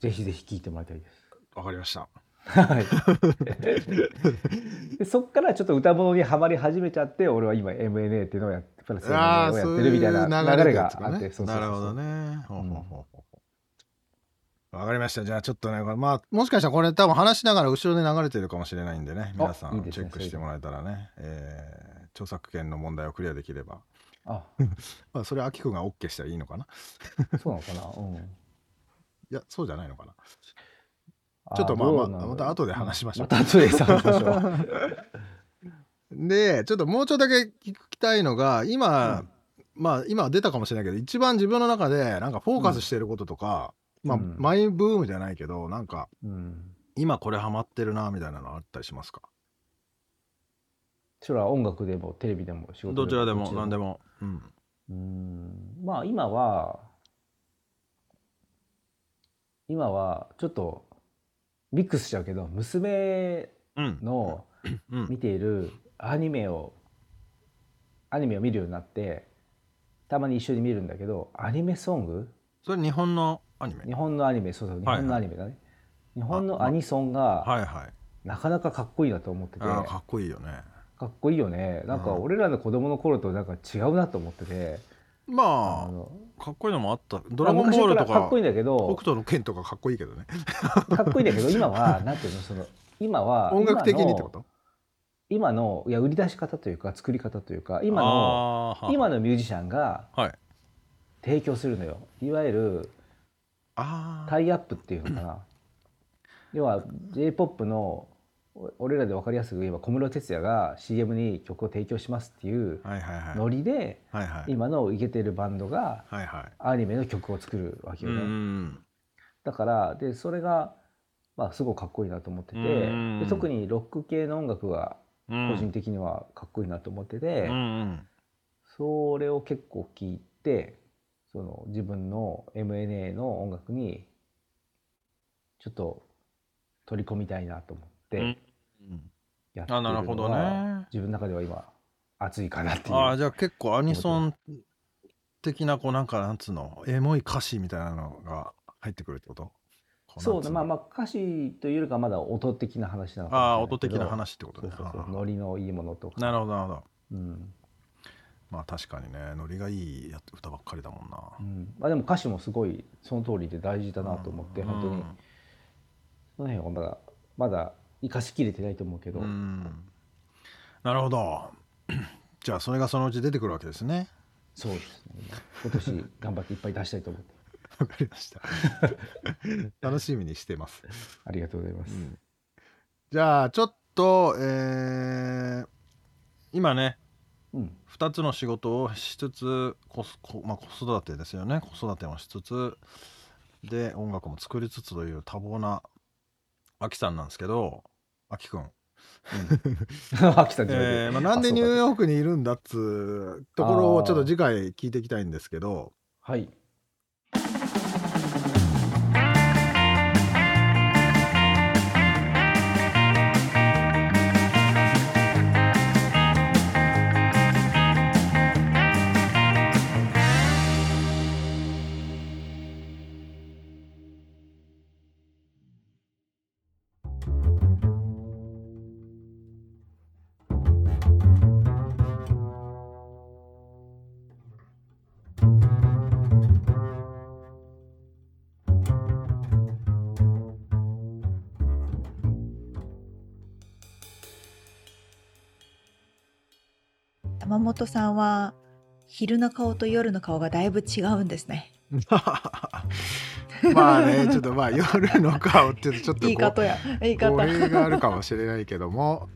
Speaker 4: ぜひぜひ聴いてもらいたいです。
Speaker 5: わかりました。
Speaker 4: はい、でそっからちょっと歌物にはまり始めちゃって俺は今 MNA っていうのをやってプラス MNA をやってるみたいな流れがあってそうそうそうそう
Speaker 5: なるほどね。ほうほうほうほうわかりました。じゃあちょっとね、これまあ、もしかしたらこれ多分話しながら後ろで流れてるかもしれないんでね、皆さ
Speaker 4: い
Speaker 5: ん
Speaker 4: いです
Speaker 5: チ
Speaker 4: ね
Speaker 3: チェックしてもらえたらね、えー著作権の問題をクリアできれば、
Speaker 4: あ
Speaker 3: まあ、それはアキくんが OK したらいいのかな
Speaker 4: そうなのかな、うん、
Speaker 3: いや、そうじゃないのかな
Speaker 4: あ
Speaker 3: ちょっとまあ
Speaker 4: どう
Speaker 3: まあ
Speaker 4: なんだろう
Speaker 3: また後で話しましょう
Speaker 4: また後で話しましょう
Speaker 3: で、ちょっともうちょっとだけ聞きたいのが、今、まあ今出たかもしれないけど、一番自分の中でなんかフォーカスしてることとか、まあ、
Speaker 4: うん
Speaker 3: マイブームじゃないけど、なんか
Speaker 4: うん、
Speaker 3: 今これハマってるなみたいなのあったりしますか
Speaker 4: それは音楽でもテレビでも仕事も
Speaker 5: どちらでも何でも。うん。
Speaker 4: うんまあ今は今はちょっとミックスしちゃうけど娘
Speaker 5: うん。
Speaker 4: の
Speaker 5: うん。
Speaker 4: 見ているアニメをアニメを見るようになってたまに一緒に見るんだけどアニメソング
Speaker 5: それ日本のアニメ。
Speaker 4: 日本のアニメそうそう日
Speaker 5: はい
Speaker 4: 本のアニメだね、日本のアニソンが
Speaker 5: はいはい。
Speaker 4: なかなかかっこいいなと思ってて、
Speaker 5: あーかっこいいよね。
Speaker 4: かっこいいよねなんか
Speaker 5: うん
Speaker 4: 俺らの子供の頃となんか違うなと思ってて、あ
Speaker 5: ま
Speaker 4: の
Speaker 5: あ、かっこいいのもあった。ドラゴンボールと
Speaker 4: まあ昔らか
Speaker 5: か
Speaker 4: っこいいんだけど
Speaker 3: 北斗の剣とかかっこいいけどね。
Speaker 4: かっこいいんだけど今は なんていうのその今は
Speaker 3: 音楽的にってこ
Speaker 4: 今の
Speaker 3: と
Speaker 4: 今のいや売り出し方というか作り方というか今の
Speaker 5: あーは
Speaker 4: 今のミュージシャンが
Speaker 5: はい
Speaker 4: 提供するのよいわゆる
Speaker 3: ああ。
Speaker 4: タイアップっていうのかな要は j p o p のお俺らで分かりやすく言えば小室哲哉が CM に曲を提供しますっていう
Speaker 3: はいはいはい。
Speaker 4: ノリで
Speaker 3: はいはい。
Speaker 4: 今のイケてるバンドが
Speaker 3: はいはい。
Speaker 4: アニメの曲を作るわけ
Speaker 5: う
Speaker 4: よね、
Speaker 5: ん。
Speaker 4: だからでそれが、まあ、すごくかっこいいなと思ってて、
Speaker 5: うん
Speaker 4: で特にロック系の音楽が
Speaker 5: うん
Speaker 4: 個人的にはかっこいいなと思ってて、
Speaker 5: うんうん。
Speaker 4: それを結構聞いてその自分の MNA の音楽にちょっと取り込みたいなと思って
Speaker 5: うん
Speaker 4: やって
Speaker 5: あ、
Speaker 4: る
Speaker 5: なるほ
Speaker 4: の
Speaker 5: ど
Speaker 4: が、
Speaker 5: ね。
Speaker 4: 自分の中では今熱いかなっていう。
Speaker 5: ああじゃあ結構アニソン的なこうなんかなんつうのエモい歌詞みたいなのが入ってくるってこと
Speaker 4: そうね、まあま
Speaker 5: あ
Speaker 4: あ歌詞というよりかはまだ音的な話なのかもしれないけど
Speaker 5: ああ音的な話ってこと
Speaker 4: そ
Speaker 5: ね
Speaker 4: うそうそう
Speaker 5: あー
Speaker 4: ノリのいいものとか
Speaker 5: なるほどなるほど
Speaker 4: うん、
Speaker 5: まあ確かにねノリがいいや歌ばっかりだもんな
Speaker 4: うんまあ、でも歌詞もすごいその通りで大事だなと思って、
Speaker 5: うん
Speaker 4: 本当にその辺はまだまだ生かしきれてないと思うけど、
Speaker 5: うんうんなるほど じゃあそれがそのうち出てくるわけですね
Speaker 4: そうですね今年頑張っていっぱい出したいと思って
Speaker 3: わかり ました。楽しみにしてます。
Speaker 4: ありがとうございます、
Speaker 3: じゃあ、ちょっと、えー
Speaker 5: 今ね
Speaker 4: うん
Speaker 5: 2つの仕事をしつつ子,こ、まあ、子育てですよね子育てもしつつで音楽も作りつつという多忙なアキさんなんですけどアキくん、
Speaker 4: 秋さんじゃ なくて
Speaker 5: えーま
Speaker 3: ま
Speaker 5: あな
Speaker 3: あ、なんん
Speaker 5: で
Speaker 3: で
Speaker 5: ニ
Speaker 3: ニ
Speaker 5: ュ
Speaker 3: ュ
Speaker 5: ー
Speaker 3: ー
Speaker 5: ヨー
Speaker 3: ヨークにいるんだっつうところをちょっと次回聞いていきたいんですけど、
Speaker 4: はい
Speaker 1: 山本さんは昼の顔と夜の顔がだいぶ違うんですね。
Speaker 6: まあねちょっとまあ夜の顔っていうとちょっと
Speaker 1: 言い
Speaker 6: こ
Speaker 1: 方や言いう
Speaker 6: 語
Speaker 1: 方。
Speaker 6: 弊があるかもしれないけども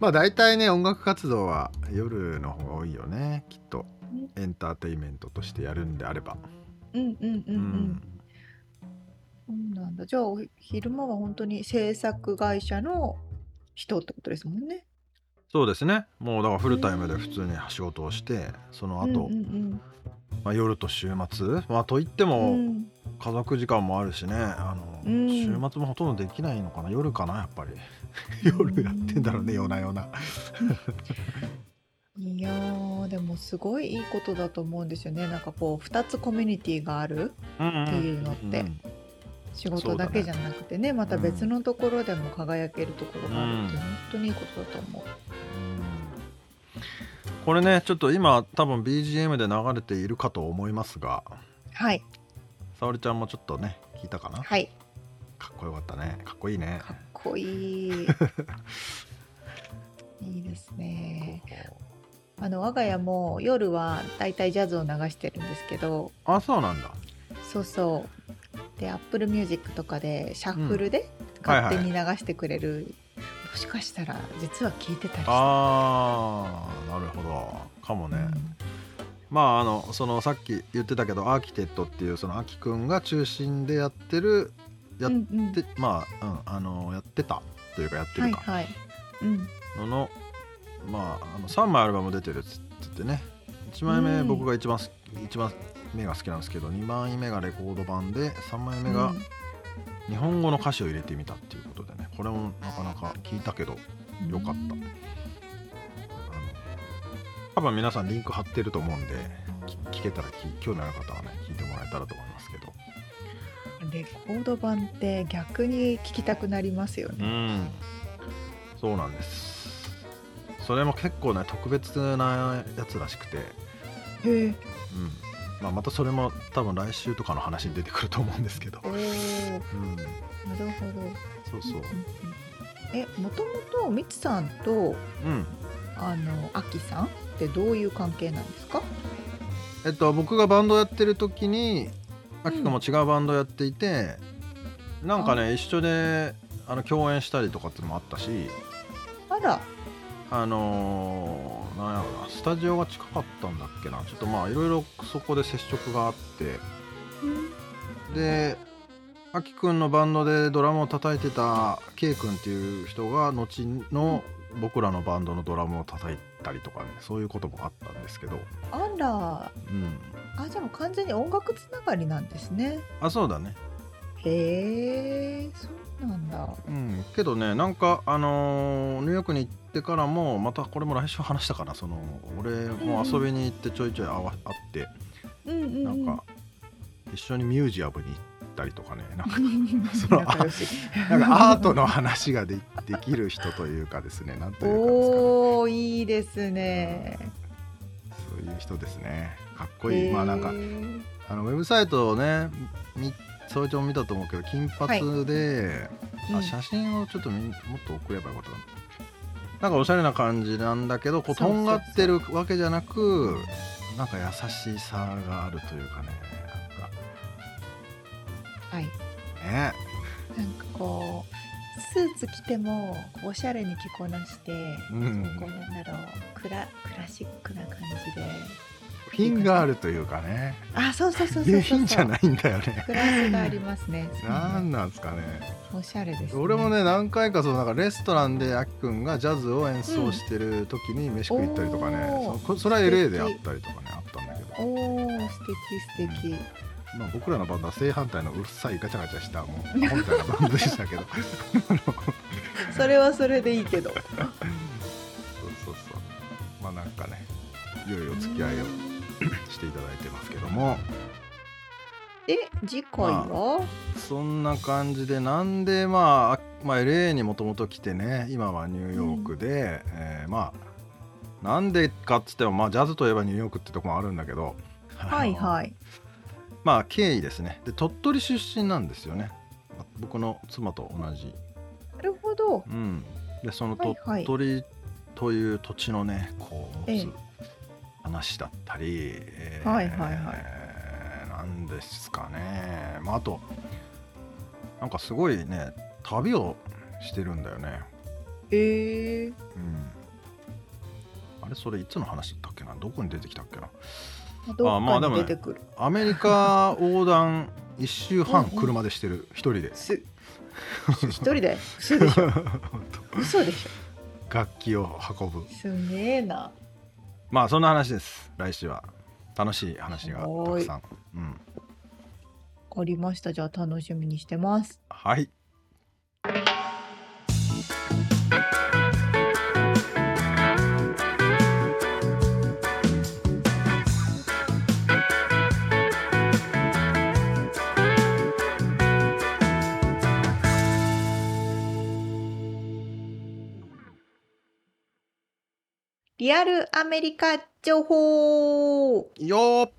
Speaker 6: まあ大体ね音楽活動は夜の方が多いよねきっとエンターテインメントとしてやるんであれば。
Speaker 1: うんうんうんう。
Speaker 6: うん
Speaker 1: そうなんだ。じゃあお昼間は本当に制作会社の人ってことですもんね。
Speaker 3: そうですねもうだからフルタイムで普通に仕事をしてその後、
Speaker 1: うんうん
Speaker 3: まあ、夜と週末まあといって
Speaker 1: うん。う
Speaker 3: も
Speaker 1: ん
Speaker 3: 家族時間もあるしねあの、
Speaker 1: うん
Speaker 3: 週末もほとんどできないのかな夜かなやっぱり 夜やってんだろうね夜な夜な。
Speaker 1: いやーでもすごいいいことだと思うんですよね。なんかこう2つコミュニティがある
Speaker 3: うん
Speaker 1: っていうのって、
Speaker 3: うん
Speaker 1: 仕事だけじゃなくてねまた別のところでも輝けるところがあるって
Speaker 3: うん
Speaker 1: 本当にいいことだと思う。
Speaker 3: これねちょっと今多分 BGM で流れているかと思いますが
Speaker 1: はい
Speaker 3: 沙織ちゃんもちょっとね聞いたかな
Speaker 1: はい
Speaker 3: かっこよかったねかっこいいね
Speaker 1: かっこいい。いいですね。あの我が家も夜はだいたいジャズを流してるんですけど、
Speaker 3: あそうなんだ
Speaker 1: そうそう。で、Apple Music とかでシャッフルで
Speaker 3: はいはい
Speaker 1: 勝手に流してくれる。もしかしたら実は聞いてたりして。
Speaker 3: あーなるほどかもね、まああのそのさっき言ってたけどアーキテットっていうそのアキくんが中心でやってるや
Speaker 1: う
Speaker 3: っ
Speaker 1: んうんうん
Speaker 3: でまあ、うん、あのやってたというかやって
Speaker 1: は
Speaker 3: る
Speaker 1: い
Speaker 3: か
Speaker 1: はい。うん。
Speaker 3: のの、まああの3枚アルバム出てるっつってね1枚目
Speaker 1: うん
Speaker 3: 僕が一番す、一番目が好きなんですけど2枚目がレコード版で3枚目が日本語の歌詞を入れてみたっていうことでねこれもなかなか聞いたけど
Speaker 1: うん
Speaker 3: よかったあの多分皆さんリンク貼ってると思うんでき聞けたら聞興味ある方はね聞いてもらえたらと思いますけど
Speaker 1: レコード版って逆に聞きたくなりますよ
Speaker 3: う
Speaker 1: ね。
Speaker 3: んそうなんですそれも結構ね特別なやつらしくて、うん
Speaker 1: へえ。
Speaker 3: まあ、またそれも多分来週とかの話に出てくると思うんですけど
Speaker 1: お、ー
Speaker 3: うん、
Speaker 1: なるほど。
Speaker 3: そうそう
Speaker 1: うんうんえ、もともとみつさんと
Speaker 3: うん
Speaker 1: あのあきさんってどういう関係なんですか？
Speaker 3: えっと僕がバンドやってる時にあきくん
Speaker 1: うん
Speaker 3: も違うバンドやっていて、なんかね一緒であの共演したりとかってのもあったし
Speaker 1: あら、
Speaker 3: あのーなんやろうなスタジオが近かったんだっけなちょっとまあいろいろそこで接触があってであきくんのバンドでドラムを叩いてた K 君っていう人が後の僕らのバンドのドラムを叩いたりとかねそういうこともあったんですけど、
Speaker 1: あら、
Speaker 3: うん、
Speaker 1: あじゃあもう完全に音楽つながりなんですね。
Speaker 3: あそうだね
Speaker 1: へえ、そうなんだ。
Speaker 3: うん、けどねなんかあのーニューヨークに行ってからもまたこれも来週話したかなその俺も遊びに行ってちょいちょい会わ会って
Speaker 1: うんうんう
Speaker 3: なん
Speaker 1: ん。
Speaker 3: か一緒にミュージアムに行ったりとかねなんかその
Speaker 1: 仲良し。
Speaker 3: なんかアートの話がでできる人というかですねなんというかですかね
Speaker 1: おお、いいですね。
Speaker 3: そういう人ですねかっ
Speaker 1: こ
Speaker 3: こいいまあなんかあのウェブサイトをねみ早朝見たと思うけど金髪で、
Speaker 1: うん
Speaker 3: あ写真をちょっとみんもっと送ればよかったななんかおしゃれな感じなんだけどこう
Speaker 1: そう
Speaker 3: と
Speaker 1: そうんそう
Speaker 3: がってるわけじゃなくなんか優しさがあるというかね
Speaker 1: はい。
Speaker 3: なんかね
Speaker 1: なんかこうスーツ着てもこうおしゃれに着こなして、
Speaker 3: うん
Speaker 1: こうなんだろうクラクラシックな感じで
Speaker 3: 品があるというかね
Speaker 1: あそうそうそうそうそう
Speaker 3: 下品じゃないんだよね
Speaker 1: クラスがありますね
Speaker 3: なんなんですかね
Speaker 1: おしゃれです、
Speaker 3: 俺もね何回かそのなんかレストランであきくんがジャズを演奏してる時に飯食い行ったりとかね、
Speaker 1: うんおー
Speaker 3: そこそれは LA であったりとかねあったんだけど
Speaker 1: おお素敵素敵、
Speaker 3: まあ、僕らのバンドは正反対のうるさいガチャガチャしたもうアホみたいなバンドでしたけどそうそう
Speaker 1: それはそれでいいけど
Speaker 3: そうまあなんかね良いお付き合いをしていただいてますけども
Speaker 1: で次回は、
Speaker 3: そんな感じでなんでまああまあ LA にもともと来てね今はニューヨークで、えーまあなんでかっつってもまあジャズといえばニューヨークってとこもあるんだけど
Speaker 1: はい
Speaker 3: い
Speaker 1: はい
Speaker 3: まあ経緯ですねで鳥取出身なんですよね僕の妻と同じ
Speaker 1: なるほど
Speaker 3: うん、でその
Speaker 1: はい
Speaker 3: 鳥
Speaker 1: はい
Speaker 3: 取という土地のねこう、
Speaker 1: ええ
Speaker 3: 話だったり、え
Speaker 1: はいはいはい
Speaker 3: なんですかねまああとなんかすごいね旅をしてるんだよね
Speaker 1: えー、
Speaker 3: うんあれそれいつの話だったっけなどこに出てきたっけな
Speaker 1: ど
Speaker 3: あま
Speaker 1: っ
Speaker 3: あ
Speaker 1: か
Speaker 3: で
Speaker 1: に
Speaker 3: も
Speaker 1: 出
Speaker 3: ね
Speaker 1: てくる、
Speaker 3: アメリカ横断1周 半車でしてる一人です
Speaker 1: 一人で嘘でしょ嘘 でし
Speaker 3: 楽器を運ぶ
Speaker 1: ょすげえな
Speaker 3: まあそんな話です来週は楽しい話がたくさんうん
Speaker 1: わかりましたじゃあ楽しみにしてます
Speaker 3: はい
Speaker 1: リアルアメリカ情報
Speaker 3: よー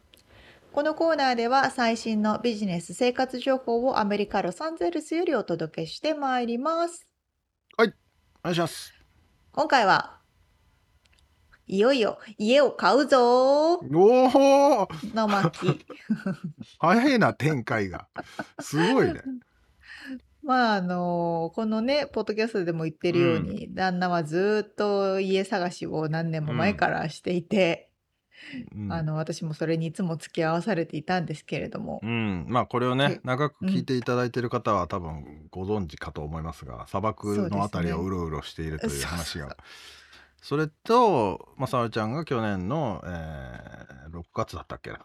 Speaker 1: このコーナーでは最新のビジネス生活情報をアメリカ・ロサンゼルスよりお届けしてまいります。
Speaker 3: お願いします
Speaker 1: 今回はいよいよ家を買うぞー
Speaker 3: おお
Speaker 1: の 巻。
Speaker 3: 早いな展開がすご いね
Speaker 1: まああのこのねポッドキャストでも言ってるように、旦那はずーっと家探しを何年も前からしていて、
Speaker 3: うん
Speaker 1: あの私もそれにいつも付き合わされていたんですけれども
Speaker 3: う、ん、まあこれをね
Speaker 1: け
Speaker 3: 長く聞いていただいている方は多分ご存知かと思いますが砂漠のあたりを
Speaker 1: そうう
Speaker 3: ろうろしているという
Speaker 1: そ
Speaker 3: 話
Speaker 1: うそう
Speaker 3: がそれとまさおちゃんが去年の、えー、6月だったっけな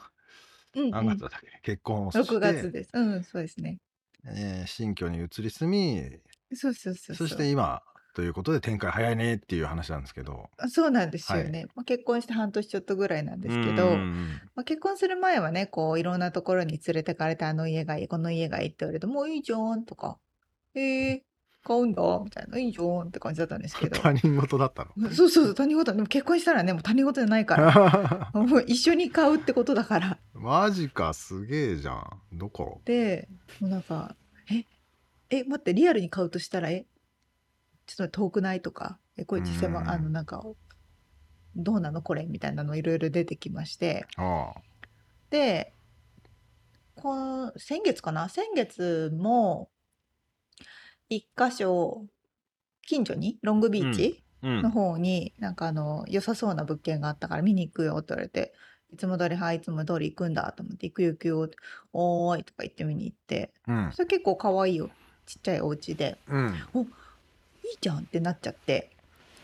Speaker 1: うんうん
Speaker 3: 何月だったっけ、結婚をして
Speaker 1: 6月です。うんそうですね。
Speaker 3: えー新居に移り住み
Speaker 1: そうそうそう
Speaker 3: そして今ということで展開早いねっていう話なんですけど。
Speaker 1: そうなんですよね、
Speaker 3: は
Speaker 1: まあ、結婚して半年ちょっとぐらいなんですけ
Speaker 3: う
Speaker 1: ど、
Speaker 3: ん
Speaker 1: まあ、結婚する前はねこういろんなところに連れてかれてあの家がいいこの家がいいって言われてもういいじゃんとかえー、買うんだみたいないいじゃんって感じだったんですけど
Speaker 3: 他人事だ ったの。
Speaker 1: そうそうそう他人事でも結婚したらねもう他人事じゃないから もう一緒に買うってことだから
Speaker 3: マジかすげえじゃん。どこ
Speaker 1: でもうなんかええ待ってリアルに買うとしたらえちょっと遠くないとかえこれ実際は
Speaker 3: うん
Speaker 1: あのなんかどうなのこれみたいなのいろいろ出てきまして。
Speaker 3: あ
Speaker 1: でこの先月かな先月も一箇所近所にロングビーチ
Speaker 3: あ。うん
Speaker 1: の方に、なんかあの良さそうな物件があったから見に行くよって言われていつも通りはいいつも通り行くんだと思って行くよ行くよっておーいとか言って見に行って
Speaker 3: うん
Speaker 1: それ結構可愛いよちっちゃいお家で
Speaker 3: うん。
Speaker 1: いいじゃんってなっちゃって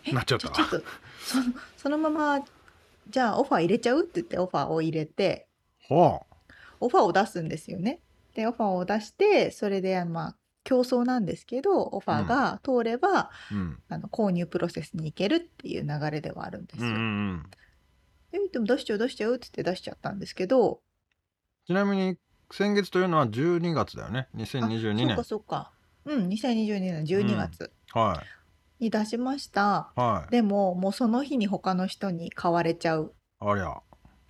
Speaker 1: え
Speaker 3: なっちゃった
Speaker 1: じあちょっとそのそのままじゃあオファー入れちゃうって言ってオファーを入れて。
Speaker 3: ほう。
Speaker 1: オファーを出すんですよね。でオファーを出してそれでまあ競争なんですけどオファーが通れば、
Speaker 3: うん。
Speaker 1: あの購入プロセスに行けるっていう流れではあるんです
Speaker 3: うんう
Speaker 1: よ。
Speaker 3: んうん。
Speaker 1: えでも出しちゃう出しちゃうって言って出しちゃったんですけど
Speaker 3: ちなみに先月というのは12月だよね。
Speaker 1: あ
Speaker 3: 2022
Speaker 1: そうかそうか
Speaker 3: 年。
Speaker 1: うん2022年12月
Speaker 3: は
Speaker 1: に出しました。
Speaker 3: いはい。
Speaker 1: でももうその日に他の人に買われちゃう
Speaker 3: ありゃ。
Speaker 1: っ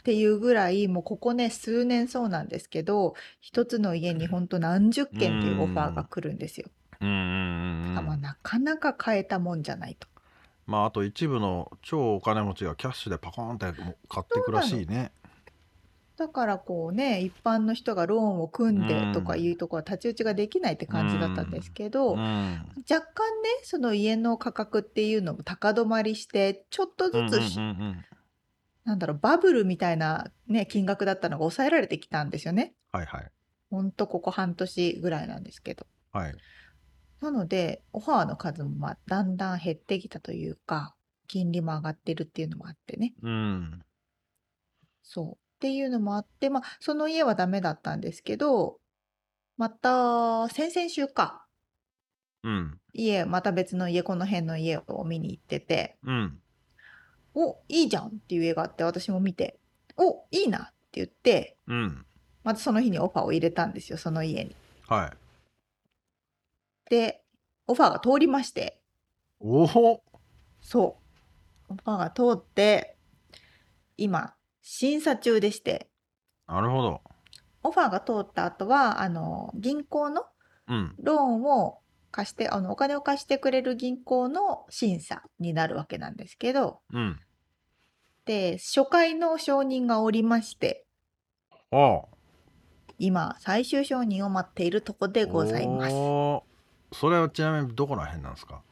Speaker 1: ていうぐらいもうここね数年そうなんですけど一つの家にほんと何十件っていうオファーが来るんですよ。
Speaker 3: うんうんうんう
Speaker 1: あまあ
Speaker 3: ん。
Speaker 1: なかなか買えたもんじゃないと。
Speaker 3: まああと一部の超お金持ちがキャッシュでパコーンってもう買ってくらしいね。
Speaker 1: だからこうね一般の人がローンを組んでとかいうところは太刀打ちができないって感じだったんですけど、
Speaker 3: う
Speaker 1: 若
Speaker 3: ん。
Speaker 1: 干ねその家の価格っていうのも高止まりしてちょっと
Speaker 3: うんうん
Speaker 1: ず
Speaker 3: う
Speaker 1: つ、
Speaker 3: ん。
Speaker 1: なんだろうバブルみたいな、ね、金額だったのが抑えられてきたんですよね
Speaker 3: はいはい。
Speaker 1: ほんとここ半年ぐらいなんですけど
Speaker 3: はい。
Speaker 1: なのでオファーの数もまあだんだん減ってきたというか金利も上がってるっていうのもあってね
Speaker 3: うん。
Speaker 1: そう。っていうのもあって、まあ、その家はダメだったんですけど、また、先々週か。
Speaker 3: うん。
Speaker 1: 家、また別の家、この辺の家を見に行ってて、
Speaker 3: うん。
Speaker 1: お、いいじゃんっていう家があって、私も見て、お、いいなって言って、
Speaker 3: うん。
Speaker 1: またその日にオファーを入れたんですよ、その家に。
Speaker 3: はい。
Speaker 1: で、オファーが通りまして、
Speaker 3: おお。
Speaker 1: そう。オファーが通って、今、審査中でして、
Speaker 3: なるほど。
Speaker 1: オファーが通った後は、あの、銀行の
Speaker 3: うん。
Speaker 1: ローンを貸して、あの、お金を貸してくれる銀行の審査になるわけなんですけど、
Speaker 3: うん。
Speaker 1: で、初回の承認がおりまして、
Speaker 3: ああ。
Speaker 1: 今、最終承認を待っているとこでございます。
Speaker 3: おーそれはちなみにどこら辺なんですか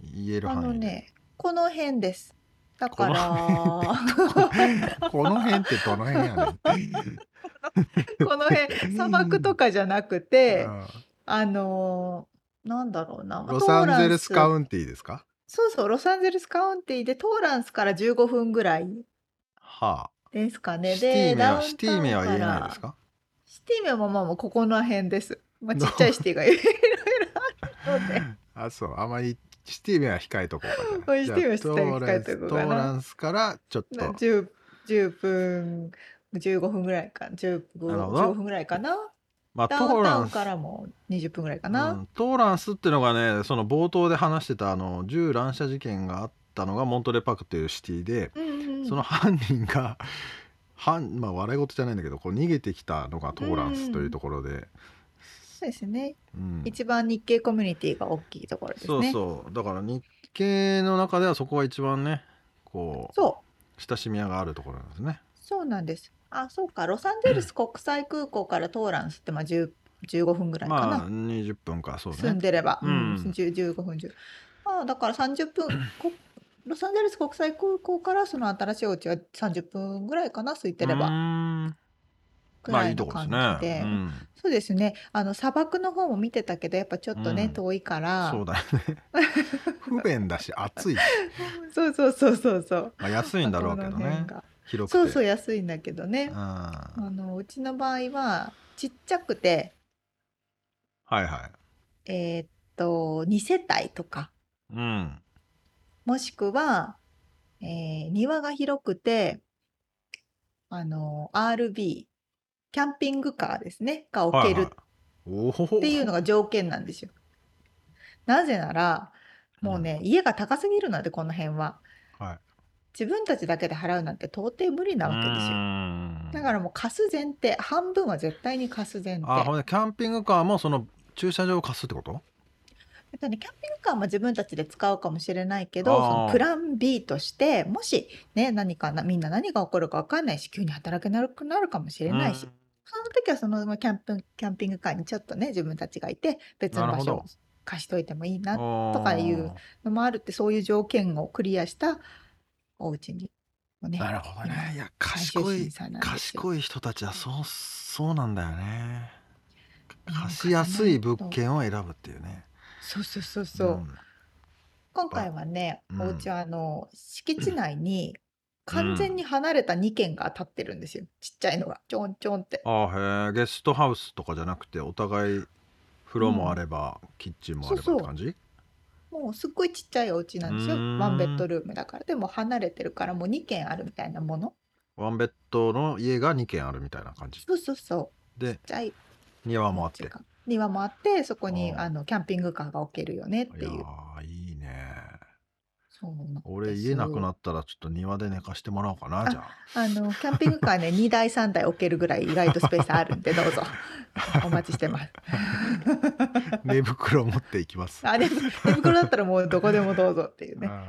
Speaker 3: 言える
Speaker 1: あの
Speaker 3: 範囲 で。
Speaker 1: ね、この辺です。だ
Speaker 3: こ
Speaker 1: か
Speaker 3: の
Speaker 1: ら、
Speaker 3: この辺ってどの辺やねん。
Speaker 1: この辺、砂漠とかじゃなくて
Speaker 3: う、ん
Speaker 1: あのーなんだろうな、
Speaker 3: ロサンゼルスカ
Speaker 1: ン
Speaker 3: ウンティーですか
Speaker 1: そうそう、ロサンゼルスカウンティでトーランスから15分ぐらい
Speaker 3: は
Speaker 1: ですか
Speaker 3: あ。
Speaker 1: ね。
Speaker 3: シティ
Speaker 1: で、
Speaker 3: 名
Speaker 1: ダウ
Speaker 3: は、
Speaker 1: ン
Speaker 3: シテ
Speaker 1: タウ
Speaker 3: ィ
Speaker 1: ン
Speaker 3: 名は言え
Speaker 1: か
Speaker 3: ない
Speaker 1: ら
Speaker 3: ですか
Speaker 1: シティ名もまあまあここの辺です。まあ、ち
Speaker 3: どう
Speaker 1: っちゃいシティがい ろいろあるので。
Speaker 3: あ、そう。あまり、シティ名は控えとこう か
Speaker 1: う
Speaker 3: な。
Speaker 1: ん
Speaker 3: じゃあ
Speaker 1: シティ名は控えとこうかな
Speaker 3: トーランストーランスから、ちょっと。
Speaker 1: 10, 10分15分ぐらいか15
Speaker 3: なるほど
Speaker 1: 15分ぐらいかな
Speaker 3: まあ、ト
Speaker 1: ダウ
Speaker 3: ー
Speaker 1: ンタ
Speaker 3: ラ
Speaker 1: ウン
Speaker 3: ンス。
Speaker 1: からも20分ぐらいか
Speaker 3: う
Speaker 1: な、
Speaker 3: んトーランスっていうのがねその冒頭で話してたあの銃乱射事件があったのがモントレーパクというシティで、
Speaker 1: うんうんうん
Speaker 3: その犯人が犯、まあ、笑い事じゃないんだけどこう逃げてきたのがトーランスというところで、
Speaker 1: そうですね
Speaker 3: うん
Speaker 1: 一番日系コミュニティが大きいところですね
Speaker 3: そうそうだから日系の中ではそこが一番ねこう
Speaker 1: そう
Speaker 3: 親しみやがあるところなんですね。
Speaker 1: そうなんですあそうかロサンゼルス国際空港からトーランスってまあ10 15分ぐらいかな、
Speaker 3: まあ20分かそう
Speaker 1: 住ん
Speaker 3: ね。
Speaker 1: でれば、
Speaker 3: うん
Speaker 1: 10 15分10まあだから30分こロサンゼルス国際空港からその新しいお家は30分ぐらいかな空いてれ
Speaker 3: うー
Speaker 1: ば
Speaker 3: ん
Speaker 1: く
Speaker 3: まあ
Speaker 1: ら
Speaker 3: いい
Speaker 1: い
Speaker 3: と
Speaker 1: の
Speaker 3: こです
Speaker 1: 感
Speaker 3: ね。
Speaker 1: じで、
Speaker 3: うん
Speaker 1: そうですねあの砂漠の方も見てたけどやっぱちょっとね、
Speaker 3: うん
Speaker 1: 遠いから
Speaker 3: そうだよね。 不便だし暑いし、
Speaker 1: そうそうそうそうそう
Speaker 3: まあ、安いんだろう けど
Speaker 1: この辺
Speaker 3: ね。
Speaker 1: が
Speaker 3: 広く
Speaker 1: そ
Speaker 3: て。
Speaker 1: うそう安いんだけどね
Speaker 3: うん、は
Speaker 1: あのうちの場合はちっちゃくて
Speaker 3: いは
Speaker 1: えーっと2世帯とか
Speaker 3: い。うん。
Speaker 1: もしくは、えー庭が広くて、あの、RB、キャンピングカーですね、が置けるっ
Speaker 3: おお。って
Speaker 1: いうの
Speaker 3: が。
Speaker 1: が条件なんですよ。なぜなら、もうね、家が高すぎるので、この辺は。
Speaker 3: はい。。
Speaker 1: 自分たちだけで払うなんて到底無理なわけですよ。だかららもう貸す前提、半分は絶対に貸す前
Speaker 3: あ、ほ
Speaker 1: 提。
Speaker 3: んでキャンピングカーもその駐車場を貸すってこと？
Speaker 1: えっとね、キャンピングカーも自分たちで使うかもしれないけど、その
Speaker 3: あー
Speaker 1: プラン B として、もしね、何かな、みんな何が起こるか分かんないし、急に働けなくなるかもしれないし、その時はそのまあキャンプ、キャンピングカーにちょっとね、自分たちがいて、別の
Speaker 3: なる
Speaker 1: 場
Speaker 3: ほ
Speaker 1: 所
Speaker 3: ど
Speaker 1: を貸しといてもいいな
Speaker 3: と
Speaker 1: とかいうのもあるって、そういう条件をクリアしたお家に、ね、
Speaker 3: なるほどね。いや
Speaker 1: 最終
Speaker 3: 賢
Speaker 1: 審
Speaker 3: い
Speaker 1: 査なんですよ
Speaker 3: 賢い人たちはそうそうなんだよね。
Speaker 1: なんか
Speaker 3: 貸しやすい物件を選ぶっていうね。
Speaker 1: そうそうそうそう。
Speaker 3: ん
Speaker 1: 今回はね、
Speaker 3: うん
Speaker 1: お家はあの、敷地内に完全に離れた2軒が建ってるんですよ。ちっちゃいのが、ちょんちょんって。
Speaker 3: あへえ。ゲストハウスとかじゃなくてお互い風呂もあれば、キッチンもあればって感じ？
Speaker 1: もうすっごいちっちゃいお家なんですよ。
Speaker 3: うーん
Speaker 1: ワンベッドルームだから。でも離れてるからもう2軒あるみたいなもの。
Speaker 3: ワンベッドの家が2軒あるみたいな感じ
Speaker 1: そうそうそう。ち
Speaker 3: で
Speaker 1: っちゃい
Speaker 3: 庭もあっ
Speaker 1: お
Speaker 3: て
Speaker 1: 家が庭もあって、そこに
Speaker 3: あー
Speaker 1: あのキャンピングカーが置けるよねっ
Speaker 3: い
Speaker 1: て
Speaker 3: や
Speaker 1: いう。
Speaker 3: ーいいね
Speaker 1: そうなんです
Speaker 3: 俺家なくなったらちょっと庭で寝かしてもらおうか なじゃ
Speaker 1: あの、キャンピングカーね、2台3台置けるぐらい意外とスペースあるんで、どうぞ。お待ちしてます。
Speaker 3: あ寝袋持っていきます
Speaker 1: あれ、寝袋だったらもうどこでもどうぞっていうね。
Speaker 3: あー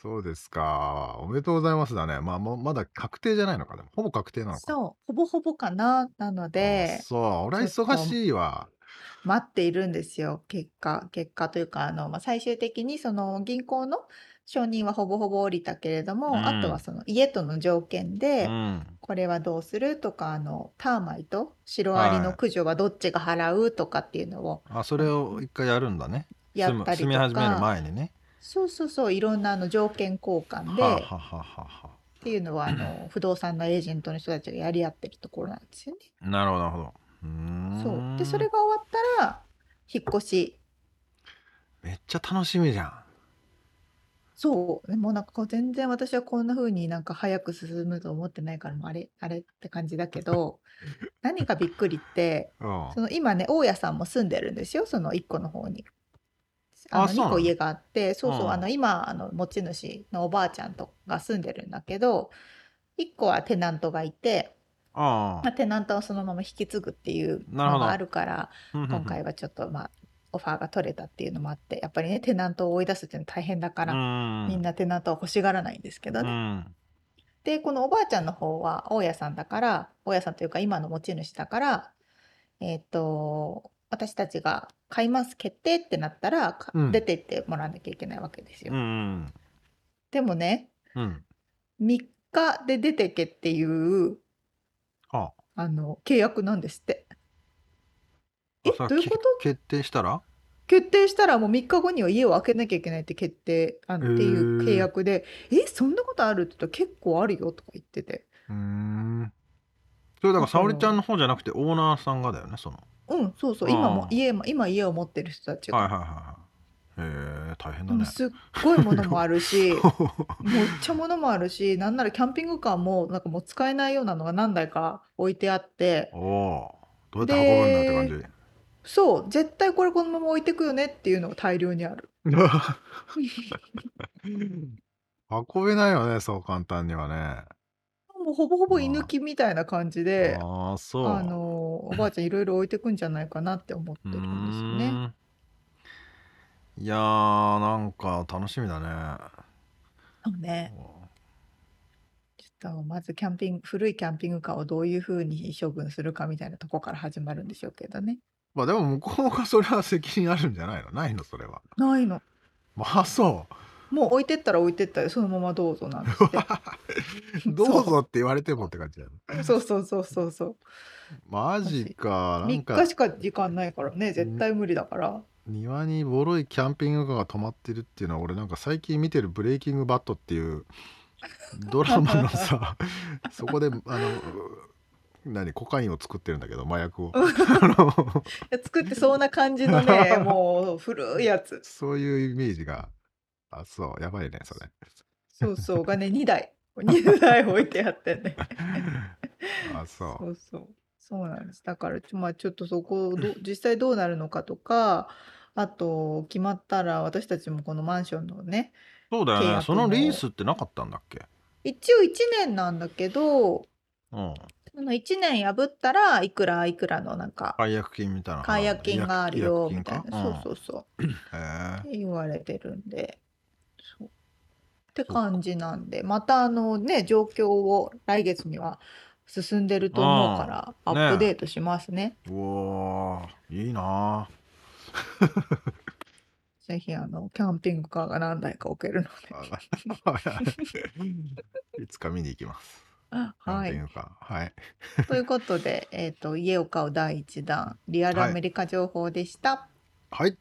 Speaker 3: そうですかおめでとうございますだねまあもうまだ確定じゃないのかでもほぼ確定なのか
Speaker 1: そう、ほぼほぼかな、なので
Speaker 3: あ、そう俺は忙しいわ
Speaker 1: 待っているんですよ、結果、結果というか、あの、まあ、最終的にその銀行の承認はほぼほぼ降りたけれども、
Speaker 3: うん
Speaker 1: あとはその家との条件で、
Speaker 3: うん
Speaker 1: これはどうするとか、あの、ターマイとシロアリの駆除はどっちが払うとかっていうのを
Speaker 3: あそれを一回やるんだね
Speaker 1: や
Speaker 3: 住む
Speaker 1: ったり
Speaker 3: 住
Speaker 1: と
Speaker 3: み始める
Speaker 1: か、
Speaker 3: 前にね
Speaker 1: そうそうそう、いろんなあの条件交換
Speaker 3: はあ、は
Speaker 1: で、
Speaker 3: あはあはあは
Speaker 1: っていうのは、あの、不動産のエージェントの人たちがやり合ってるところなんですよね。
Speaker 3: あ、なるほどなるほどうーん
Speaker 1: そう。で、それが終わったら、引っ越し。
Speaker 3: めっちゃ楽しみじゃん
Speaker 1: そう。もうなんかこう全然私はこんな風になんか早く進むと思ってないから、もうあれ、あれって感じだけど、何がびっくり って、
Speaker 3: うん
Speaker 1: その今ね、大家さんも住んでるんですよ、その1個の方に。
Speaker 3: あ
Speaker 1: あの
Speaker 3: そうな
Speaker 1: 2
Speaker 3: の
Speaker 1: 個家があって、そうそうう、
Speaker 3: ん
Speaker 1: あの今、あの持ち主のおばあちゃんとが住んでるんだけど、1個はテナントがいて、
Speaker 3: あ
Speaker 1: まあ、テナントをそのまま引き継ぐっていう
Speaker 3: なる
Speaker 1: の
Speaker 3: ほど
Speaker 1: があるから、
Speaker 3: 今
Speaker 1: 今回はちょっとまあオファーが取れたっていうのもあってやっぱりねテナントを追い出すっていうのは大変だから、み
Speaker 3: み
Speaker 1: んなテナントは欲しがらないんですけど
Speaker 3: う
Speaker 1: ね、
Speaker 3: ん
Speaker 1: でこのおばあちゃんの方は大家さんだから大家さんというか今の持ち主だからえっ、と私たちが買います決定ってなったら、か
Speaker 3: うん
Speaker 1: 出て行ってもらわなきゃいけないわけですよ、
Speaker 3: うん
Speaker 1: でもね
Speaker 3: うん
Speaker 1: 3日で出てけっていう
Speaker 3: あ
Speaker 1: あの契約なんですってえ
Speaker 3: あそ
Speaker 1: ど
Speaker 3: れは
Speaker 1: ういうこと
Speaker 3: き決定したら
Speaker 1: 決定したらもう3日後には家を開けなきゃいけないって決定あのっていう
Speaker 3: へー
Speaker 1: 契約で「えそんなことある?」って言ったら結構あるよとか言ってて
Speaker 3: うーんそれだから沙織ちゃんの方じゃなくてオーナーさんがだよねその
Speaker 1: うんそうそう
Speaker 3: あー
Speaker 1: 今も家も今家を持ってる人たちが、
Speaker 3: はいはいはいはいへえ大変だ
Speaker 1: もう
Speaker 3: ね
Speaker 1: すっごいものもある しめっちゃものもあるしなんならキャンピングカーもなんかもう使えないようなのが何台か置いてあって
Speaker 3: お おーどうやって運ぶんだって感じ
Speaker 1: そう絶対これこのまま置いてくよねっていうのが大量にある
Speaker 3: 運べないよねそう簡単にはね
Speaker 1: もうほぼほぼ居抜きみたいな感じで
Speaker 3: ああそう
Speaker 1: あのおばあちゃんいろいろ置いてくんじゃないかなって思って
Speaker 3: う
Speaker 1: る
Speaker 3: ー
Speaker 1: んですよね。
Speaker 3: んいやーなんか楽しみだね
Speaker 1: そうねちょっとまずキャンピング古いキャンピングカーをどういうふうに処分するかみたいなとこから始まるんでしょうけどね。
Speaker 3: まあでも向こうがそれは責任あるんじゃないのないのそれは
Speaker 1: ないの
Speaker 3: まあそ
Speaker 1: もう置いてったら置いてったらそのままどうぞなんつって。
Speaker 3: うどうぞって言われてもって感じだよね
Speaker 1: そうそうそうそうそう。
Speaker 3: マジかなん
Speaker 1: 3
Speaker 3: か
Speaker 1: 日しか時間ないからね絶対無理だから。
Speaker 3: 庭にボロいキャンピングカーが止まってるっていうのは俺なんか最近見てる「ブレイキングバット」って いうドラマのさそこであの何コカインを作ってるんだけど麻薬をあの
Speaker 1: 作ってそうな感じの ねもう古いやつ。
Speaker 3: そういうイメージがあそうやばいねそれ
Speaker 1: そうそうがね2台2台 置いてあってね。
Speaker 3: あそう
Speaker 1: そうそうそうなんですだからちょ,、まあ、ちょっとそこを ど実際どうなるのかとかあと決まったら私たちもこのマンションのね
Speaker 3: そうだ
Speaker 1: 契
Speaker 3: よね
Speaker 1: 約
Speaker 3: その
Speaker 1: も
Speaker 3: リースってなかったんだっけ
Speaker 1: 一応1年なんだけど
Speaker 3: うん
Speaker 1: その1年破ったらいくらいくらのなんか
Speaker 3: 解約金みたいな
Speaker 1: 解約金があるよみたいな、
Speaker 3: そ
Speaker 1: そうそうそう
Speaker 3: うんへえ
Speaker 1: って言われてるんでそうって感じなんでまたあのね状況を来月には進んでると思うからア
Speaker 3: うんね
Speaker 1: ップデートしますね。
Speaker 3: うおーいいな
Speaker 1: ぜひあのキャンピングカーが何台か置けるの
Speaker 3: あ いつか見に行きます
Speaker 1: で。 は
Speaker 3: なん
Speaker 1: い、
Speaker 3: ていうかはい
Speaker 1: ということで、えーと「家を買う第1弾リアルアメリカ情報」でした。
Speaker 3: はい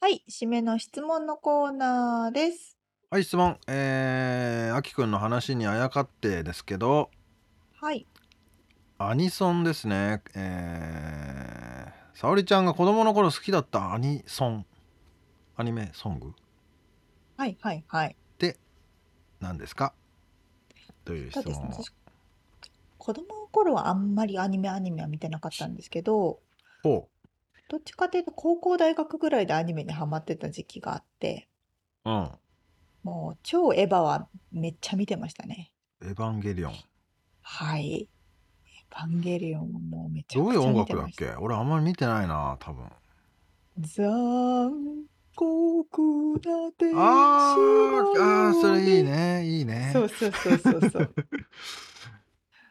Speaker 1: はい、締めの質問のコーナーです。
Speaker 3: はい質問えー、あきくんの話にあやかってですけど
Speaker 1: はい、
Speaker 3: アニソンですねえー、沙織ちゃんが子供の頃好きだったアニソンアニメソング
Speaker 1: はい、はい、はい。
Speaker 3: なんですかという
Speaker 1: そう
Speaker 3: 質
Speaker 1: です
Speaker 3: 問
Speaker 1: ね。
Speaker 3: を
Speaker 1: 私子供の頃はあんまりアニメアニメは見てなかったんですけど、
Speaker 3: ほ
Speaker 1: どっちかというと高校大学ぐらいでアニメにハマってた時期があって、
Speaker 3: ううん
Speaker 1: もう超エヴァはめっちゃ見てましたね。
Speaker 3: エヴァンゲリオン
Speaker 1: はい。エヴァンゲリオンはもうめちゃ
Speaker 3: どう
Speaker 1: く
Speaker 3: いう
Speaker 1: ちゃ
Speaker 3: 音
Speaker 1: 見て
Speaker 3: 楽だっ
Speaker 1: ました。
Speaker 3: け俺あんまり見てないな多分
Speaker 1: 残酷な天使の
Speaker 3: あーあ
Speaker 1: よ
Speaker 3: ー
Speaker 1: う
Speaker 3: それいい
Speaker 1: に。
Speaker 3: ねいいね
Speaker 1: そうそうそうそうそう。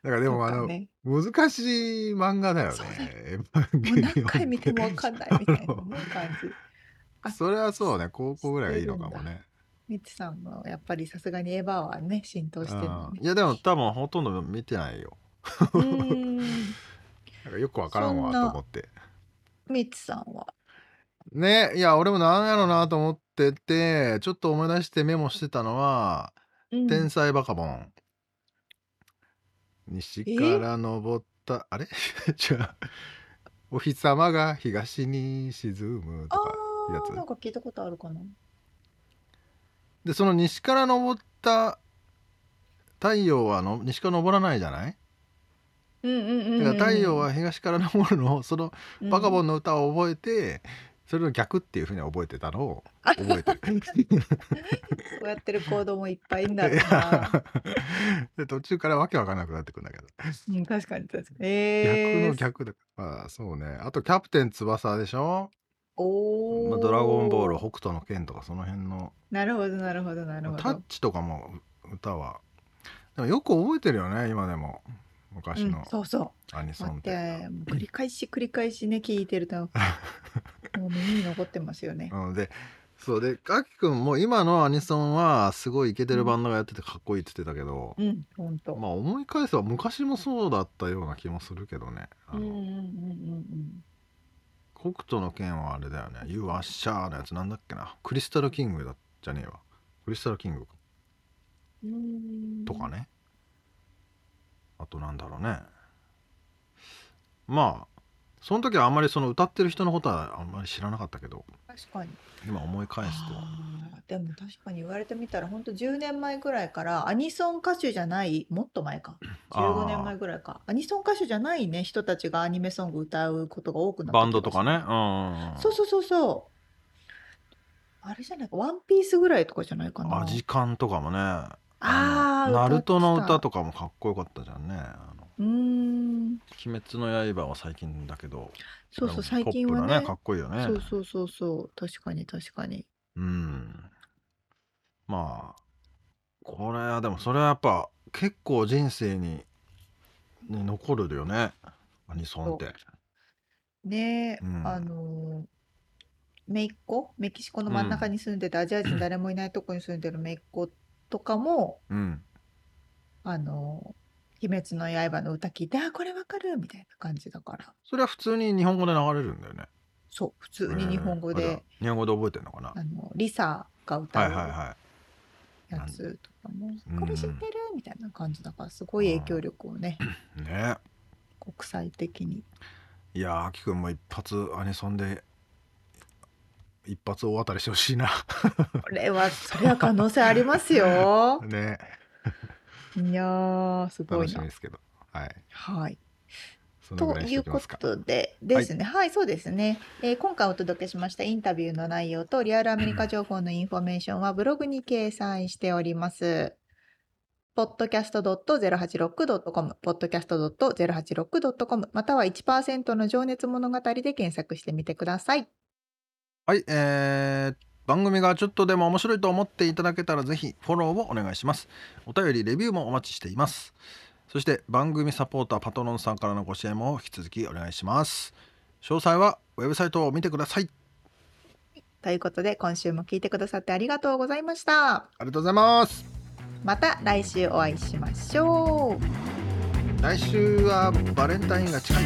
Speaker 3: だからでもあ
Speaker 1: とか
Speaker 3: の、
Speaker 1: ね
Speaker 3: 難しい漫画だよね
Speaker 1: そうだよ
Speaker 3: エヴァン
Speaker 1: も
Speaker 3: ゲ
Speaker 1: う
Speaker 3: リオンっ
Speaker 1: 何
Speaker 3: て
Speaker 1: 回見てもわかんないみた いな
Speaker 3: あの
Speaker 1: ね感じ。あ
Speaker 3: それはそうね高校ぐらいがいいのかもね
Speaker 1: みつさんもやっぱりさすがにエヴァはね浸透してるの
Speaker 3: うん
Speaker 1: ね。
Speaker 3: いやでも多分ほとんど見てないよ
Speaker 1: うーん
Speaker 3: なんかよくわからんわ
Speaker 1: そん
Speaker 3: と
Speaker 1: な
Speaker 3: 思って
Speaker 1: みつさんは。
Speaker 3: ねいや俺もなんやろなと思っててちょっと思い出してメモしてたのは
Speaker 1: う
Speaker 3: 「
Speaker 1: ん
Speaker 3: 天才バカボン」西から登ったあれ 違う「お日様が東に沈む」
Speaker 1: あ
Speaker 3: とかや
Speaker 1: あ
Speaker 3: つ
Speaker 1: なんか聞いたことあるかな。
Speaker 3: でその西から登った太陽はの西から登らないじゃない
Speaker 1: うんうんうんうん
Speaker 3: だから太陽は東から昇るのそのバカボ
Speaker 1: ン
Speaker 3: ンの歌を覚えて、それの逆っていうふうに覚えてたのを覚えてる。
Speaker 1: こうやってる行動もいっぱいいんだろう
Speaker 3: い
Speaker 1: な
Speaker 3: や で途中からわけわかんなくなってくるんだけど、
Speaker 1: うん確かに確かにえー、
Speaker 3: 逆の逆だからあそうねあと「キャプテン翼」でしょ「
Speaker 1: お
Speaker 3: ま
Speaker 1: お、
Speaker 3: あ、ドラゴンボール」「北斗の拳」とかその辺の
Speaker 1: なるほどなるほどなるほ
Speaker 3: 「タッ
Speaker 1: ど
Speaker 3: チ」とかも歌はでもよく覚えてるよね今でも昔
Speaker 1: う
Speaker 3: の
Speaker 1: ん、そうそう
Speaker 3: アニソ
Speaker 1: だ
Speaker 3: ン
Speaker 1: っ
Speaker 3: って、
Speaker 1: てもう繰り返し繰り返しね聞いてる ともう耳に残ってますよね
Speaker 3: うん、でそうであきくんも今のアニソンはすごいイケてるバンドがやっててかっこいいって言ってたけど、
Speaker 1: うん本当、
Speaker 3: まあ思い返せば昔もそうだったような気もするけどねあ
Speaker 1: うん
Speaker 3: の、
Speaker 1: うんうんうん
Speaker 3: 北斗の拳はあれだよね「You アッシャー」のやつなんだっけなクリスタルキングだじゃねえわクリスタルキング
Speaker 1: うんうん
Speaker 3: とかね、あとなんだろうねまあその時はあんまりその歌ってる人のことはあんまり知らなかったけど
Speaker 1: 確かに
Speaker 3: 今思い返すと
Speaker 1: あーでも確かに言われてみたら本当10年前ぐらいからアニソン歌手じゃないもっと前か15年前ぐらいかアニソン歌手じゃないね人たちがアニメソング歌うことが多くなった
Speaker 3: バンドとか
Speaker 1: ね
Speaker 3: ねうん
Speaker 1: そうそうそうそうあれじゃないかワンピースぐらいとかじゃないかな
Speaker 3: アジカンとかもね
Speaker 1: あ
Speaker 3: あ
Speaker 1: ー
Speaker 3: のナルトの歌
Speaker 1: か
Speaker 3: とかもかっこよかったじゃんねあの
Speaker 1: うーん
Speaker 3: 鬼滅の刃は最近だけど
Speaker 1: そうそう
Speaker 3: れも
Speaker 1: 最近は
Speaker 3: ポップな
Speaker 1: ね
Speaker 3: かっこいいよね
Speaker 1: そうそうそうそう確かに確かに
Speaker 3: うんまあこれはでもそれはやっぱ結構人生に、ね、残るよねアニソンって
Speaker 1: ねえ、
Speaker 3: うん
Speaker 1: あのめいっ子メキシコの真ん中に住ん でて、アジア人誰もいないとこに住んでるめいっ子とかも
Speaker 3: うん
Speaker 1: あの「鬼滅の刃」の歌聞いて「あこれわかる」みたいな感じだから
Speaker 3: それは普通に日本語で流れるんだよね
Speaker 1: そう普通に日本語
Speaker 3: うんあじゃ
Speaker 1: で、
Speaker 3: あ日本語で覚えてるのかな
Speaker 1: あのリサが歌
Speaker 3: はいうはいは
Speaker 1: やつとかも「
Speaker 3: うん
Speaker 1: これ知ってる?」みたいな感じだからすごい影響力をね
Speaker 3: いね
Speaker 1: 国際的に
Speaker 3: いやーあきくんも一発アニソンで一発大当たりしてほし いな
Speaker 1: これはそれは可能性あります よ
Speaker 3: ね
Speaker 1: いやーすご
Speaker 3: 楽
Speaker 1: い
Speaker 3: しみ
Speaker 1: な
Speaker 3: ですけどはい
Speaker 1: はい
Speaker 3: そのぐ
Speaker 1: と
Speaker 3: らいにし
Speaker 1: い
Speaker 3: と
Speaker 1: う
Speaker 3: きま
Speaker 1: こ
Speaker 3: すか
Speaker 1: とでですね、はい、そうですね、えー今回お届けしましたインタビューの内容とリアルアメリカ情報のインフォメーションはブログに掲載しております。podcast.086.com、podcast.086.com、または1%の情熱物語で検索してみてください。
Speaker 3: はい、えー番組がちょっとでも面白いと思っていただけたらぜひフォローをお願いします。お便り、レビューもお待ちしています。そして番組サポーターパトロンさんからのご支援も引き続きお願いします。詳細はウェブサイトを見てください。あり
Speaker 1: ということで、今週も聞いてくださってありがとうございました。
Speaker 3: がとうございます。
Speaker 1: また来週お会いしましょう。
Speaker 3: 来週はバレンタインが近い。